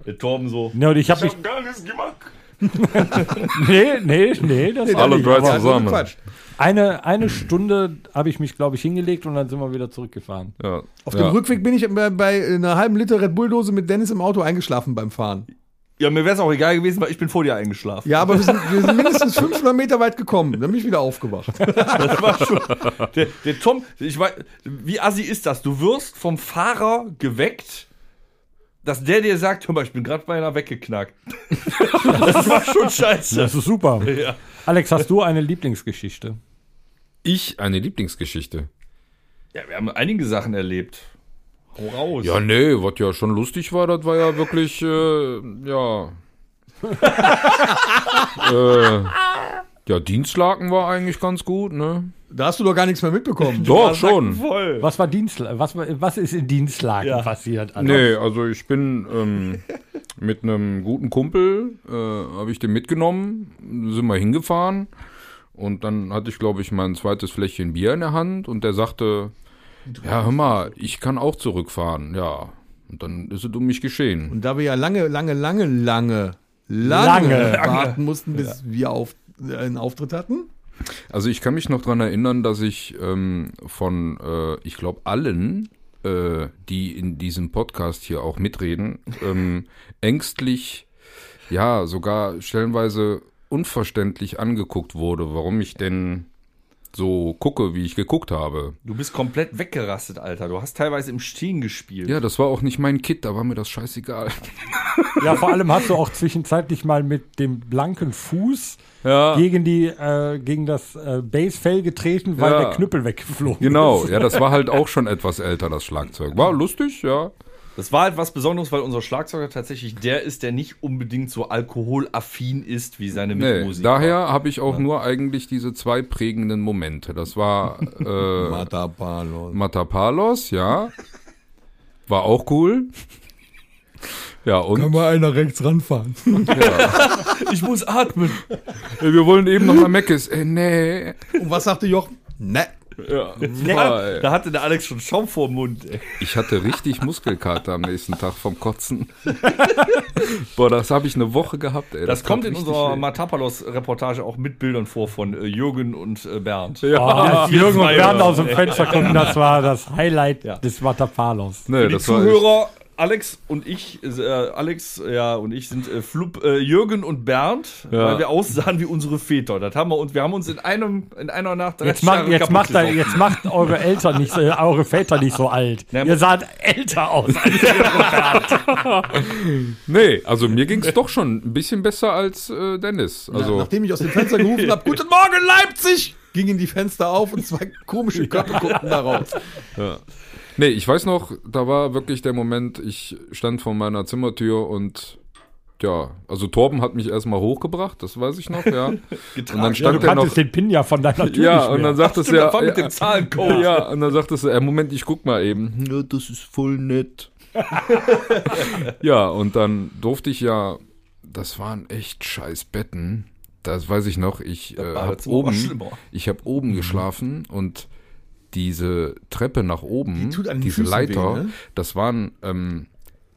S3: Der Torben so.
S4: ja, und ich habe mich.
S2: Gar nichts gemacht.
S4: Nee, nee, nee, das war
S5: Alle
S4: nicht.
S5: drei
S4: aber
S5: zusammen. Sammel.
S6: Quatsch.
S4: Eine, eine Stunde habe ich mich, glaube ich, hingelegt und dann sind wir wieder zurückgefahren.
S5: Ja.
S6: Auf
S5: ja.
S6: dem Rückweg bin ich bei, bei einer halben Liter Red Bull-Dose mit Dennis im Auto eingeschlafen beim Fahren.
S3: Ja, mir wäre es auch egal gewesen, weil ich bin vor dir eingeschlafen.
S6: Ja, aber wir sind, wir sind mindestens 500 Meter weit gekommen. Dann bin ich wieder aufgewacht.
S3: Das war schon. Der, der Tom, ich weiß, wie assi ist das? Du wirst vom Fahrer geweckt, dass der dir sagt, hör mal, ich bin gerade bei einer weggeknackt. das war schon scheiße.
S4: Das ist super. Alex, hast du eine Lieblingsgeschichte?
S5: Ich eine Lieblingsgeschichte.
S3: Ja, wir haben einige Sachen erlebt. Hau raus.
S5: Ja, nee, was ja schon lustig war, das war ja wirklich, äh, ja. äh, ja, Dienstlaken war eigentlich ganz gut, ne?
S6: Da hast du doch gar nichts mehr mitbekommen.
S5: Doch, schon.
S3: Voll.
S4: Was war Dienst, was, war- was ist in Dienstlagen passiert? Alter?
S5: Nee, also ich bin ähm, mit einem guten Kumpel, äh, habe ich den mitgenommen, sind wir hingefahren und dann hatte ich, glaube ich, mein zweites Fläschchen Bier in der Hand und der sagte, ja, hör mal, ich kann auch zurückfahren, ja. Und dann ist es um mich geschehen.
S6: Und da wir ja lange, lange, lange, lange, lange,
S4: Lange.
S6: warten mussten, bis wir auf, äh, einen Auftritt hatten.
S5: Also ich kann mich noch dran erinnern, dass ich ähm, von, äh, ich glaube, allen, äh, die in diesem Podcast hier auch mitreden, ähm, ängstlich, ja, sogar stellenweise unverständlich angeguckt wurde, warum ich denn so gucke, wie ich geguckt habe.
S3: Du bist komplett weggerastet, Alter. Du hast teilweise im Stehen gespielt.
S5: Ja, das war auch nicht mein Kit, da war mir das scheißegal.
S4: Ja, vor allem hast du auch zwischenzeitlich mal mit dem blanken Fuß
S5: Ja.
S4: gegen, die, äh, gegen das äh, Basefell getreten, weil
S5: Ja.
S4: der Knüppel weggeflogen Oh,
S5: Genau, ja, das war halt auch schon etwas älter, das Schlagzeug. War lustig, ja.
S3: Das war halt was Besonderes, weil unser Schlagzeuger tatsächlich der ist, der nicht unbedingt so alkoholaffin ist wie seine
S5: Nee,
S3: Mitmusiker.
S5: daher habe ich auch nur eigentlich diese zwei prägenden Momente. Das war äh,
S6: Matapalos.
S5: Matapalos, ja. War auch cool. Ja, und
S6: mal einer rechts ranfahren.
S3: Ich muss atmen.
S5: Ey, wir wollen eben noch mal Meckes. Äh, nee.
S6: Und was sagte Jochen? Ne.
S5: Boah, ey.
S3: Da hatte der Alex schon Schaum vor dem Mund. Ey.
S5: Ich hatte richtig Muskelkater am nächsten Tag vom Kotzen. Boah, das habe ich eine Woche gehabt, ey.
S3: Das,
S5: tat
S3: kommt in
S5: richtig
S3: unserer
S5: weh.
S3: Matapalos-Reportage auch mit Bildern vor von äh, Jürgen und äh, Bernd.
S4: Ah, als Jürgen und
S3: zwei
S4: Bernd
S3: oder
S4: aus
S3: so,
S4: dem Fenster gucken, das war das Highlight des Matapalos.
S5: Nee,
S3: Die
S5: das war echt,
S3: Zuhörer Alex und ich, äh, Alex, ja, und ich sind äh, Flup, äh, Jürgen und Bernd,
S9: Ja.
S3: weil wir aussahen wie unsere Väter. Das haben wir und wir haben uns in einem, in einer Nacht
S4: Jetzt macht, jetzt, macht er, jetzt macht eure Eltern nicht, so- äh, eure Väter nicht so alt.
S3: Ja,
S4: Ihr saht älter aus. Als ihr.
S5: Nee, also mir ging es doch schon ein bisschen besser als äh, Dennis. Also,
S6: Nachdem ich aus dem Fenster gerufen habe, guten Morgen Leipzig, gingen die Fenster auf und zwei komische Köpfe guckten da raus.
S5: nee, ich weiß noch, da war wirklich der Moment, ich stand vor meiner Zimmertür und ja, also Torben hat mich erstmal hochgebracht, das weiß ich noch, ja. Und dann
S4: Du
S5: stand er noch.
S4: kanntest den Pin ja von deiner Tür
S5: Ja,
S4: nicht
S5: und
S4: mehr.
S5: dann sagt es ja.
S3: Das war mit
S5: ja,
S3: dem Zahlencode.
S5: ja, und dann sagt es, äh, Moment, ich guck mal eben. Ja, das ist voll nett. ja, und dann durfte ich ja, das waren echt scheiß Betten. Das weiß ich noch. Ich äh,
S3: war
S5: habe
S3: jetzt aber
S5: oben,
S3: schlimmer.
S5: ich hab
S6: Mhm.
S5: oben geschlafen und diese Treppe nach oben,
S6: tut an den
S5: diese
S6: Füßen
S5: Leiter,
S6: weh, ne?
S5: das waren ähm,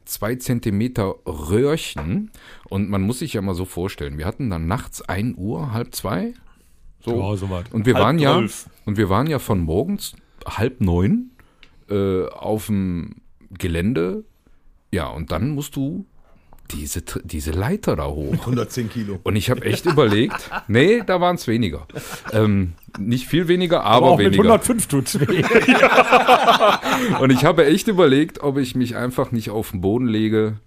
S5: zwei Zentimeter Röhrchen. Und man muss sich ja mal so vorstellen, wir hatten dann nachts 1 Uhr, halb zwei. So.
S9: Ja, soweit.
S5: Und wir
S3: Halb
S5: waren ja
S3: zwölf.
S5: und wir waren ja von morgens halb neun äh, auf dem Gelände. Ja, und dann musst du diese Tr- diese Leiter da hoch.
S6: 110 Kilo.
S5: Und ich habe echt überlegt, nee, da waren es weniger. Ähm, nicht viel weniger, aber,
S4: auch mit
S5: weniger.
S4: 105 tut's weh.
S5: Und ich habe echt überlegt, ob ich mich einfach nicht auf den Boden lege.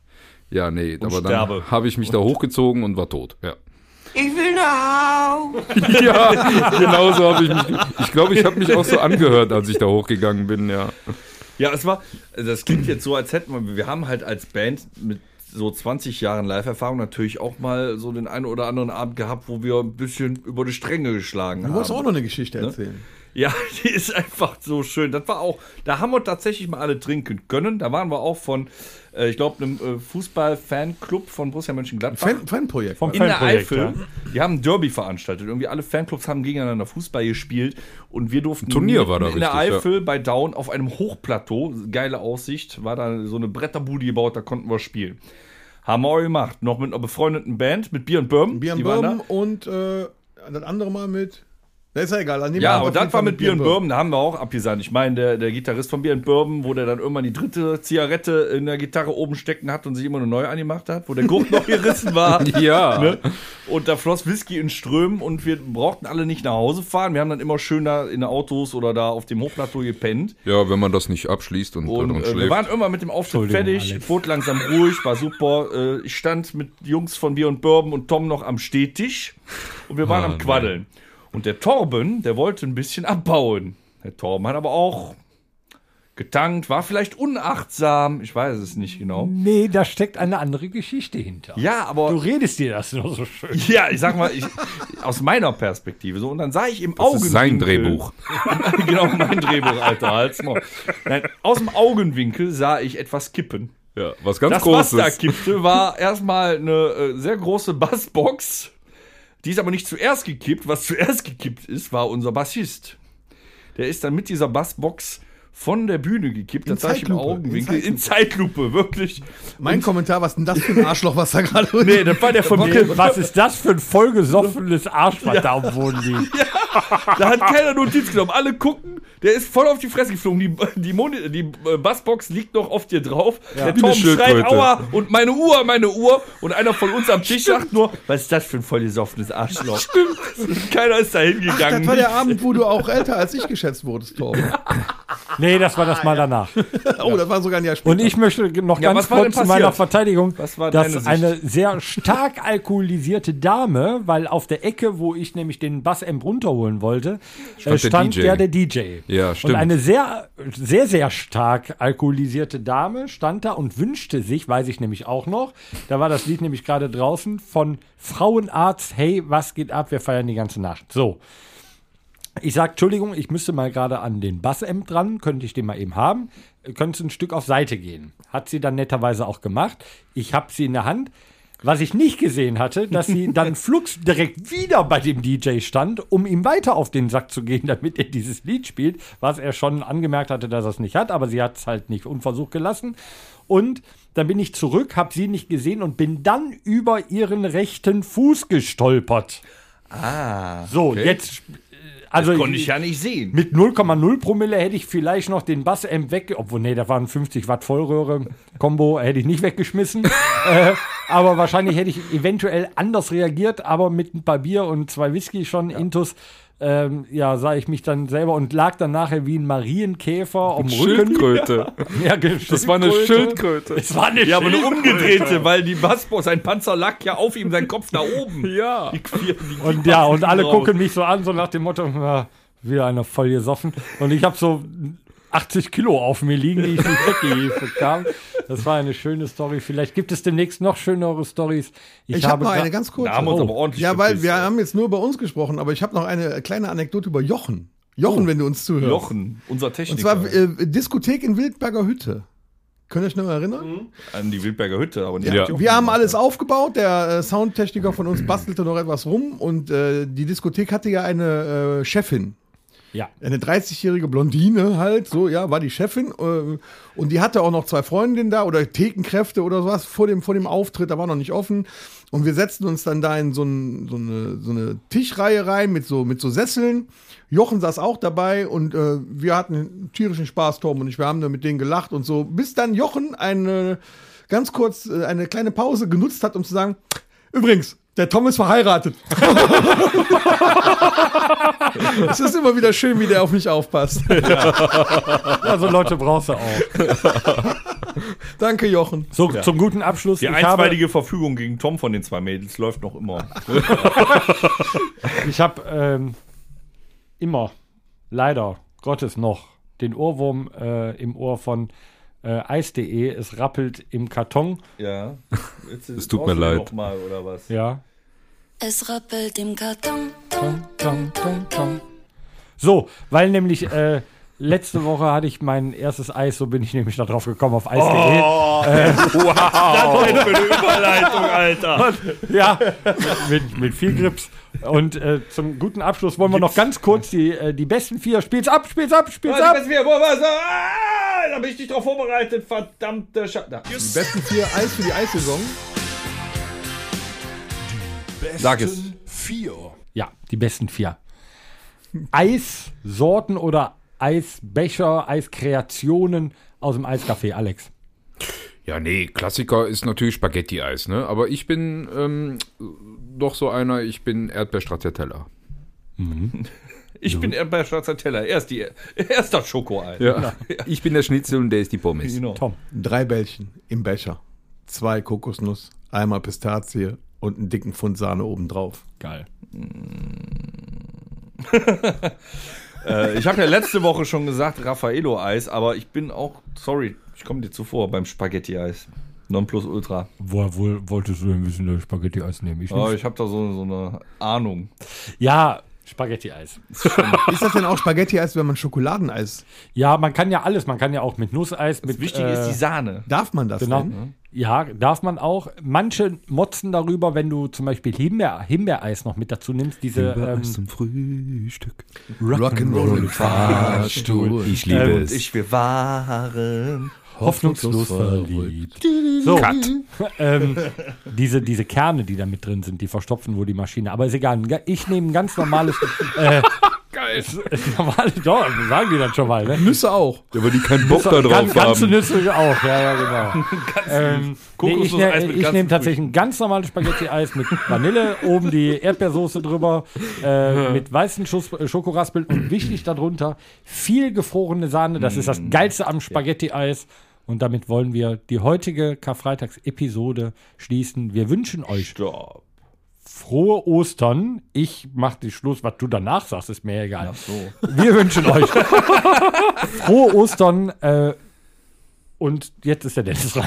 S5: Ja, nee, aber
S3: sterbe.
S5: dann habe ich mich da hochgezogen und war tot. Ja.
S8: Ich will nach Hause.
S5: Ja, genau so habe ich mich. Ich glaube, ich habe mich auch so angehört, als ich da hochgegangen bin, ja.
S3: Ja, es war, also das klingt jetzt so, als hätten wir, wir haben halt als Band mit so 20 Jahren Live-Erfahrung natürlich auch mal so den einen oder anderen Abend gehabt, wo wir ein bisschen über die Stränge geschlagen
S6: Du
S3: haben.
S6: wolltest auch noch eine Geschichte erzählen.
S3: Ja, die ist einfach so schön. Das war auch, da haben wir tatsächlich mal alle trinken können. Da waren wir auch von, äh, ich glaube, einem äh, Fußball-Fanclub von Borussia Mönchengladbach.
S6: Fan, Fanprojekt.
S4: Vom
S3: in der
S4: Fanprojekt,
S3: Eifel. Die haben ein Derby veranstaltet. Irgendwie alle Fanclubs haben gegeneinander Fußball gespielt und wir durften
S5: Turnier
S3: mitten
S5: war da
S3: in der
S5: richtig, ja.
S3: Eifel bei Down auf einem Hochplateau, geile Aussicht, war da so eine Bretterbude gebaut, da konnten wir spielen. Haben wir auch gemacht, noch mit einer befreundeten Band, mit Bier und Birn.
S6: Bier und
S3: Die waren da.
S6: Birnen und äh, das andere Mal mit. Das ist ja egal. an dem
S3: Ja,
S6: Abend
S3: aber
S6: auf jeden
S3: das
S6: Fall
S3: war mit Bier und
S6: Birnen.
S3: Birben, da haben wir auch abgesagt. Ich meine, der, der Gitarrist von Bier und Birben, wo der dann irgendwann die dritte Zigarette in der Gitarre oben stecken hat und sich immer eine neue angemacht hat, wo der Gurt noch gerissen war.
S5: Ja.
S3: Ne? Und da floss Whisky in Strömen und wir brauchten alle nicht nach Hause fahren. Wir haben dann immer schön da in Autos oder da auf dem Hochplateau gepennt.
S5: Ja, wenn man das nicht abschließt und,
S3: Und
S5: und
S3: äh, wir
S5: schläft.
S3: waren immer mit dem Auftritt
S4: Entschuldigung,
S3: fertig,
S4: Alex.
S3: wurde langsam ruhig, war super. Äh, ich stand mit Jungs von Bier und Bourbon und Tom noch am Stehtisch und wir waren
S5: Ah,
S3: am Quaddeln. Und der Torben, der wollte ein bisschen abbauen. Der Torben hat aber auch getankt, war vielleicht unachtsam, ich weiß es nicht genau.
S4: Nee, da steckt eine andere Geschichte hinter.
S3: Ja, aber
S4: Du redest dir das nur so schön.
S3: ja, ich sag mal, ich, aus meiner Perspektive so. Und dann sah ich im
S5: das
S3: Augenwinkel.
S5: ist sein Drehbuch.
S3: genau, mein Drehbuch, Alter. Halt's mal. Nein, aus dem Augenwinkel sah ich etwas kippen.
S5: Ja, was ganz
S3: das,
S5: Großes.
S3: was da kippte, war erstmal eine äh, sehr große Bassbox. Die ist aber nicht zuerst gekippt. Was zuerst gekippt ist, war unser Bassist. Der ist dann mit dieser Bassbox von der Bühne gekippt. Das sah ich im
S6: Zeitlupe,
S3: Augenwinkel. In
S6: in
S3: Zeitlupe, wirklich.
S6: Mein Kommentar, was denn das für ein Arschloch, was da gerade
S3: Nee, das war der vom
S4: Was ist das für ein vollgesoffenes Arsch, was da am Boden liegt?
S3: Da hat keiner Notiz genommen. Alle gucken, der ist voll auf die Fresse geflogen. Die, die, Moni- die äh, Bassbox liegt noch auf dir drauf. Der
S5: Wie eine
S3: Tom schreit,
S5: Schildkröte.
S3: aua, und meine Uhr, meine Uhr. Und einer von uns am Tisch sagt nur, was ist das für ein vollgesoffenes Arschloch? Stimmt. Keiner ist da hingegangen.
S6: Das war der Abend, wo du auch älter als ich geschätzt wurdest, Torben.
S4: Nee, das war das mal danach.
S6: Oh, das war sogar ein Jahr später.
S4: Und ich möchte noch
S3: Ah, Ja,
S4: ganz
S3: was war denn
S4: kurz zu meiner
S3: passiert?
S4: Verteidigung,
S3: Was war deine
S4: dass
S3: Sicht?
S4: eine sehr stark alkoholisierte Dame, weil auf der Ecke, wo ich nämlich den Bass-Amp runterholen wollte, äh,
S5: Stand der
S4: stand
S5: DJ.
S4: ja der DJ.
S5: Ja, stimmt.
S4: Und eine sehr, sehr, sehr stark alkoholisierte Dame stand da und wünschte sich, weiß ich nämlich auch noch, da war das Lied nämlich gerade draußen, von Frauenarzt, hey, was geht ab, wir feiern die ganze Nacht. So. Ich sag, Entschuldigung, ich müsste mal gerade an den Bassamp dran, könnte ich den mal eben haben, könnte ein Stück auf Seite gehen. Hat sie dann netterweise auch gemacht. Ich habe sie in der Hand. Was ich nicht gesehen hatte, dass sie dann flugs direkt wieder bei dem DJ stand, um ihm weiter auf den Sack zu gehen, damit er dieses Lied spielt, was er schon angemerkt hatte, dass er es nicht hat, aber sie hat es halt nicht unversucht gelassen. Und dann bin ich zurück, habe sie nicht gesehen und bin dann über ihren rechten Fuß gestolpert. Ah. So, jetzt Also
S3: Das konnte ich ja nicht sehen.
S4: mit 0,0 Promille hätte ich vielleicht noch den Bass-Amp weg, obwohl, nee, da waren 50 Watt Vollröhre-Kombo, hätte ich nicht weggeschmissen. äh, aber wahrscheinlich hätte ich eventuell anders reagiert, aber mit ein paar Bier und zwei Whisky schon intus. Ähm, ja, sah ich mich dann selber und lag dann nachher wie ein Marienkäfer am Rücken.
S5: Schildkröte.
S4: Ja,
S5: Das war eine Schildkröte.
S4: Es war eine
S3: Ja, aber eine umgedrehte, weil die Bassbox, sein Panzer lag ja auf ihm, sein Kopf nach oben.
S5: Ja.
S3: Die, die, die
S4: Und ja, und alle
S3: raus.
S4: gucken mich so an, so nach dem Motto, ja, wieder einer voll gesoffen. Und ich habe so 80 Kilo auf mir liegen, die ich nicht weggehieft bekam. Das war eine schöne Story. Vielleicht gibt es demnächst noch schönere Stories.
S6: Ich, habe noch
S4: gra-
S6: eine ganz kurze. Oh.
S3: Da haben wir uns aber ordentlich
S6: ja, weil
S3: gepisst,
S6: wir
S3: ey.
S6: haben jetzt nur über uns gesprochen, aber ich habe noch eine kleine Anekdote über Jochen. Jochen, wenn du uns zuhörst.
S3: Oh. Jochen, unser
S6: Und
S3: Techniker,
S6: zwar äh, Diskothek in Wildberger Hütte. Könnt ihr euch noch erinnern?
S3: an die Wildberger Hütte, aber nicht
S5: Ja.
S3: an Jochen.
S6: Wir haben alles aufgebaut, der äh, Soundtechniker von uns bastelte noch etwas rum und äh, die Diskothek hatte ja eine äh, Chefin.
S4: Ja.
S6: Eine 30-jährige Blondine halt, so, ja, war die Chefin. Äh, und die hatte auch noch zwei Freundinnen da oder Thekenkräfte oder sowas vor dem, vor dem Auftritt, da war noch nicht offen. Und wir setzten uns dann da in so, ein, so, eine, so eine Tischreihe rein mit so, mit so Sesseln. Jochen saß auch dabei und äh, wir hatten tierischen Spaß, Tom und ich. Wir haben da mit denen gelacht und so. Bis dann Jochen eine ganz kurz äh, eine kleine Pause genutzt hat, um zu sagen, übrigens, der Tom ist verheiratet. es ist immer wieder schön, wie der auf mich aufpasst.
S4: Also Leute brauchst du auch.
S6: Danke, Jochen.
S4: So, zum guten Abschluss.
S3: Die
S4: ich, habe,
S3: einstweilige Verfügung gegen Tom von den zwei Mädels läuft noch immer.
S4: ich habe ähm, immer, leider, Gottes noch, den Ohrwurm äh, im Ohr von äh, Eis.de. Es rappelt im Karton.
S3: Ja. Es
S5: tut mir leid.
S3: Noch mal, oder was?
S4: Ja.
S10: Es rappelt im Karton.
S4: So, weil nämlich äh, letzte Woche hatte ich mein erstes Eis, so bin ich nämlich da drauf gekommen auf Eis.de. Äh,
S3: Was Oh. für eine Überleitung, Alter.
S4: Ja, mit, mit viel Grips. Und äh, zum guten Abschluss wollen wir noch ganz kurz die, äh, die besten vier. Spiel's ab, spiel's ab, spiel's ab.
S3: Was, wir- wo- was, ah, da bin ich nicht drauf vorbereitet, verdammte Scheiße.
S6: Die besten vier Eis für die Eissaison.
S5: Sag es.
S4: Ja, die besten vier. Eissorten oder Eisbecher, Eiskreationen aus dem Eiscafé, Alex.
S5: Ja, nee, Klassiker ist natürlich Spaghetti-Eis, ne? Aber ich bin ähm, doch so einer, ich bin Erdbeerstracciatella.
S3: Ich bin bei Schwarzer Teller. Erst, die, erst das Schokoeis.
S5: Ja. Ich bin der Schnitzel und der ist die Pommes.
S3: Genau.
S4: Tom.
S6: Drei Bällchen im Becher. Zwei Kokosnuss, einmal Pistazie und einen dicken Pfund Sahne obendrauf.
S4: Geil.
S3: Äh, ich habe ja letzte Woche schon gesagt, Raffaello-Eis, aber ich bin auch, sorry, ich komme dir zuvor beim Spaghetti-Eis. Nonplusultra.
S4: Woher wohl wolltest du denn wissen, dass ich Spaghetti-Eis nehme? Ich
S3: Oh, ich habe da so, so eine Ahnung.
S4: ja, Spaghetti-Eis.
S6: Ist das denn auch Spaghetti-Eis, wenn man Schokoladeneis?
S4: Ja, man kann ja alles. Man kann ja auch mit Nusseis, mit.
S3: Wichtig
S4: äh,
S3: ist die Sahne.
S6: Darf man das
S4: Genau.
S6: denn?
S4: Ja, darf man auch. Manche motzen darüber, wenn du zum Beispiel Himbeer, Himbeereis noch mit dazu nimmst. Diese ähm,
S5: Zum Frühstück.
S6: Rock'n'Roll im Fahrstuhl.
S5: Ich liebe
S3: Und
S5: es.
S3: ich wir waren.
S4: hoffnungslos verliebt. So, ähm, diese, diese Kerne, die da mit drin sind, die verstopfen wohl die Maschine. Aber ist egal. Ich nehme ein ganz normales. äh, Normale, doch, sagen die dann schon mal, ne?
S6: Nüsse auch.
S5: Ja, weil die keinen Bock da
S4: Gan-
S5: drauf
S4: ganze
S5: haben.
S4: Nüsse auch, ja, ja, genau. ähm, nee, ich
S3: Kokosnuss-Eis
S4: ne-
S3: mit
S4: ich
S3: ganzen
S4: nehme tatsächlich ein ganz normales Spaghetti-Eis mit Vanille, oben die Erdbeersoße drüber, äh, mit weißen Schuss, äh, Schokoraspeln und wichtig darunter viel gefrorene Sahne. Das ist das
S3: Mm.
S4: Geilste am Spaghetti-Eis. Und damit wollen wir die heutige Karfreitags-Episode schließen. Wir wünschen euch
S3: Stopp.
S4: frohe Ostern. Ich mache den Schluss, was du danach sagst, ist mir egal. Wir wünschen euch frohe Ostern. Äh, und jetzt ist der Dennis dran.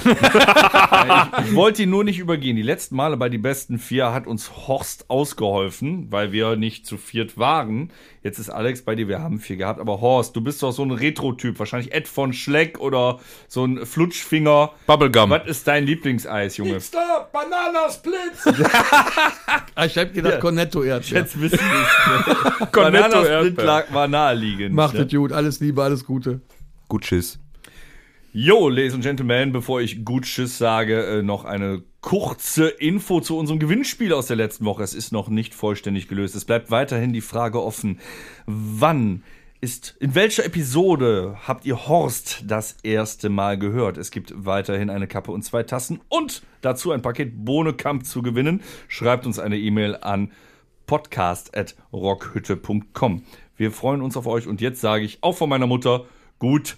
S3: Ich wollte ihn nur nicht übergehen. Die letzten Male bei die besten vier hat uns Horst ausgeholfen, weil wir nicht zu viert waren. Jetzt ist Alex bei dir, wir haben vier gehabt. Aber Horst, du bist doch so ein Retro-Typ. Wahrscheinlich Ed von Schleck oder so ein Flutschfinger.
S5: Bubblegum.
S3: Was ist dein Lieblingseis, Junge?
S1: Pizza, Bananasplitz.
S6: Ah, ich hab gedacht, Cornetto Erdbeer.
S3: Jetzt wissen wir es. Bananasplit lag- war naheliegend.
S6: Macht
S3: ne?
S6: es gut. Alles Liebe, alles Gute.
S5: Gut, tschüss.
S3: Jo, Ladies and Gentlemen, bevor ich gut Tschüss sage, äh, noch eine kurze Info zu unserem Gewinnspiel aus der letzten Woche. Es ist noch nicht vollständig gelöst. Es bleibt weiterhin die Frage offen, wann ist, in welcher Episode habt ihr Horst das erste Mal gehört? Es gibt weiterhin eine Kappe und zwei Tassen und dazu ein Paket Bohnekamp zu gewinnen. Schreibt uns eine E-Mail an podcast.rockhütte.com. Wir freuen uns auf euch und jetzt sage ich auch von meiner Mutter, gut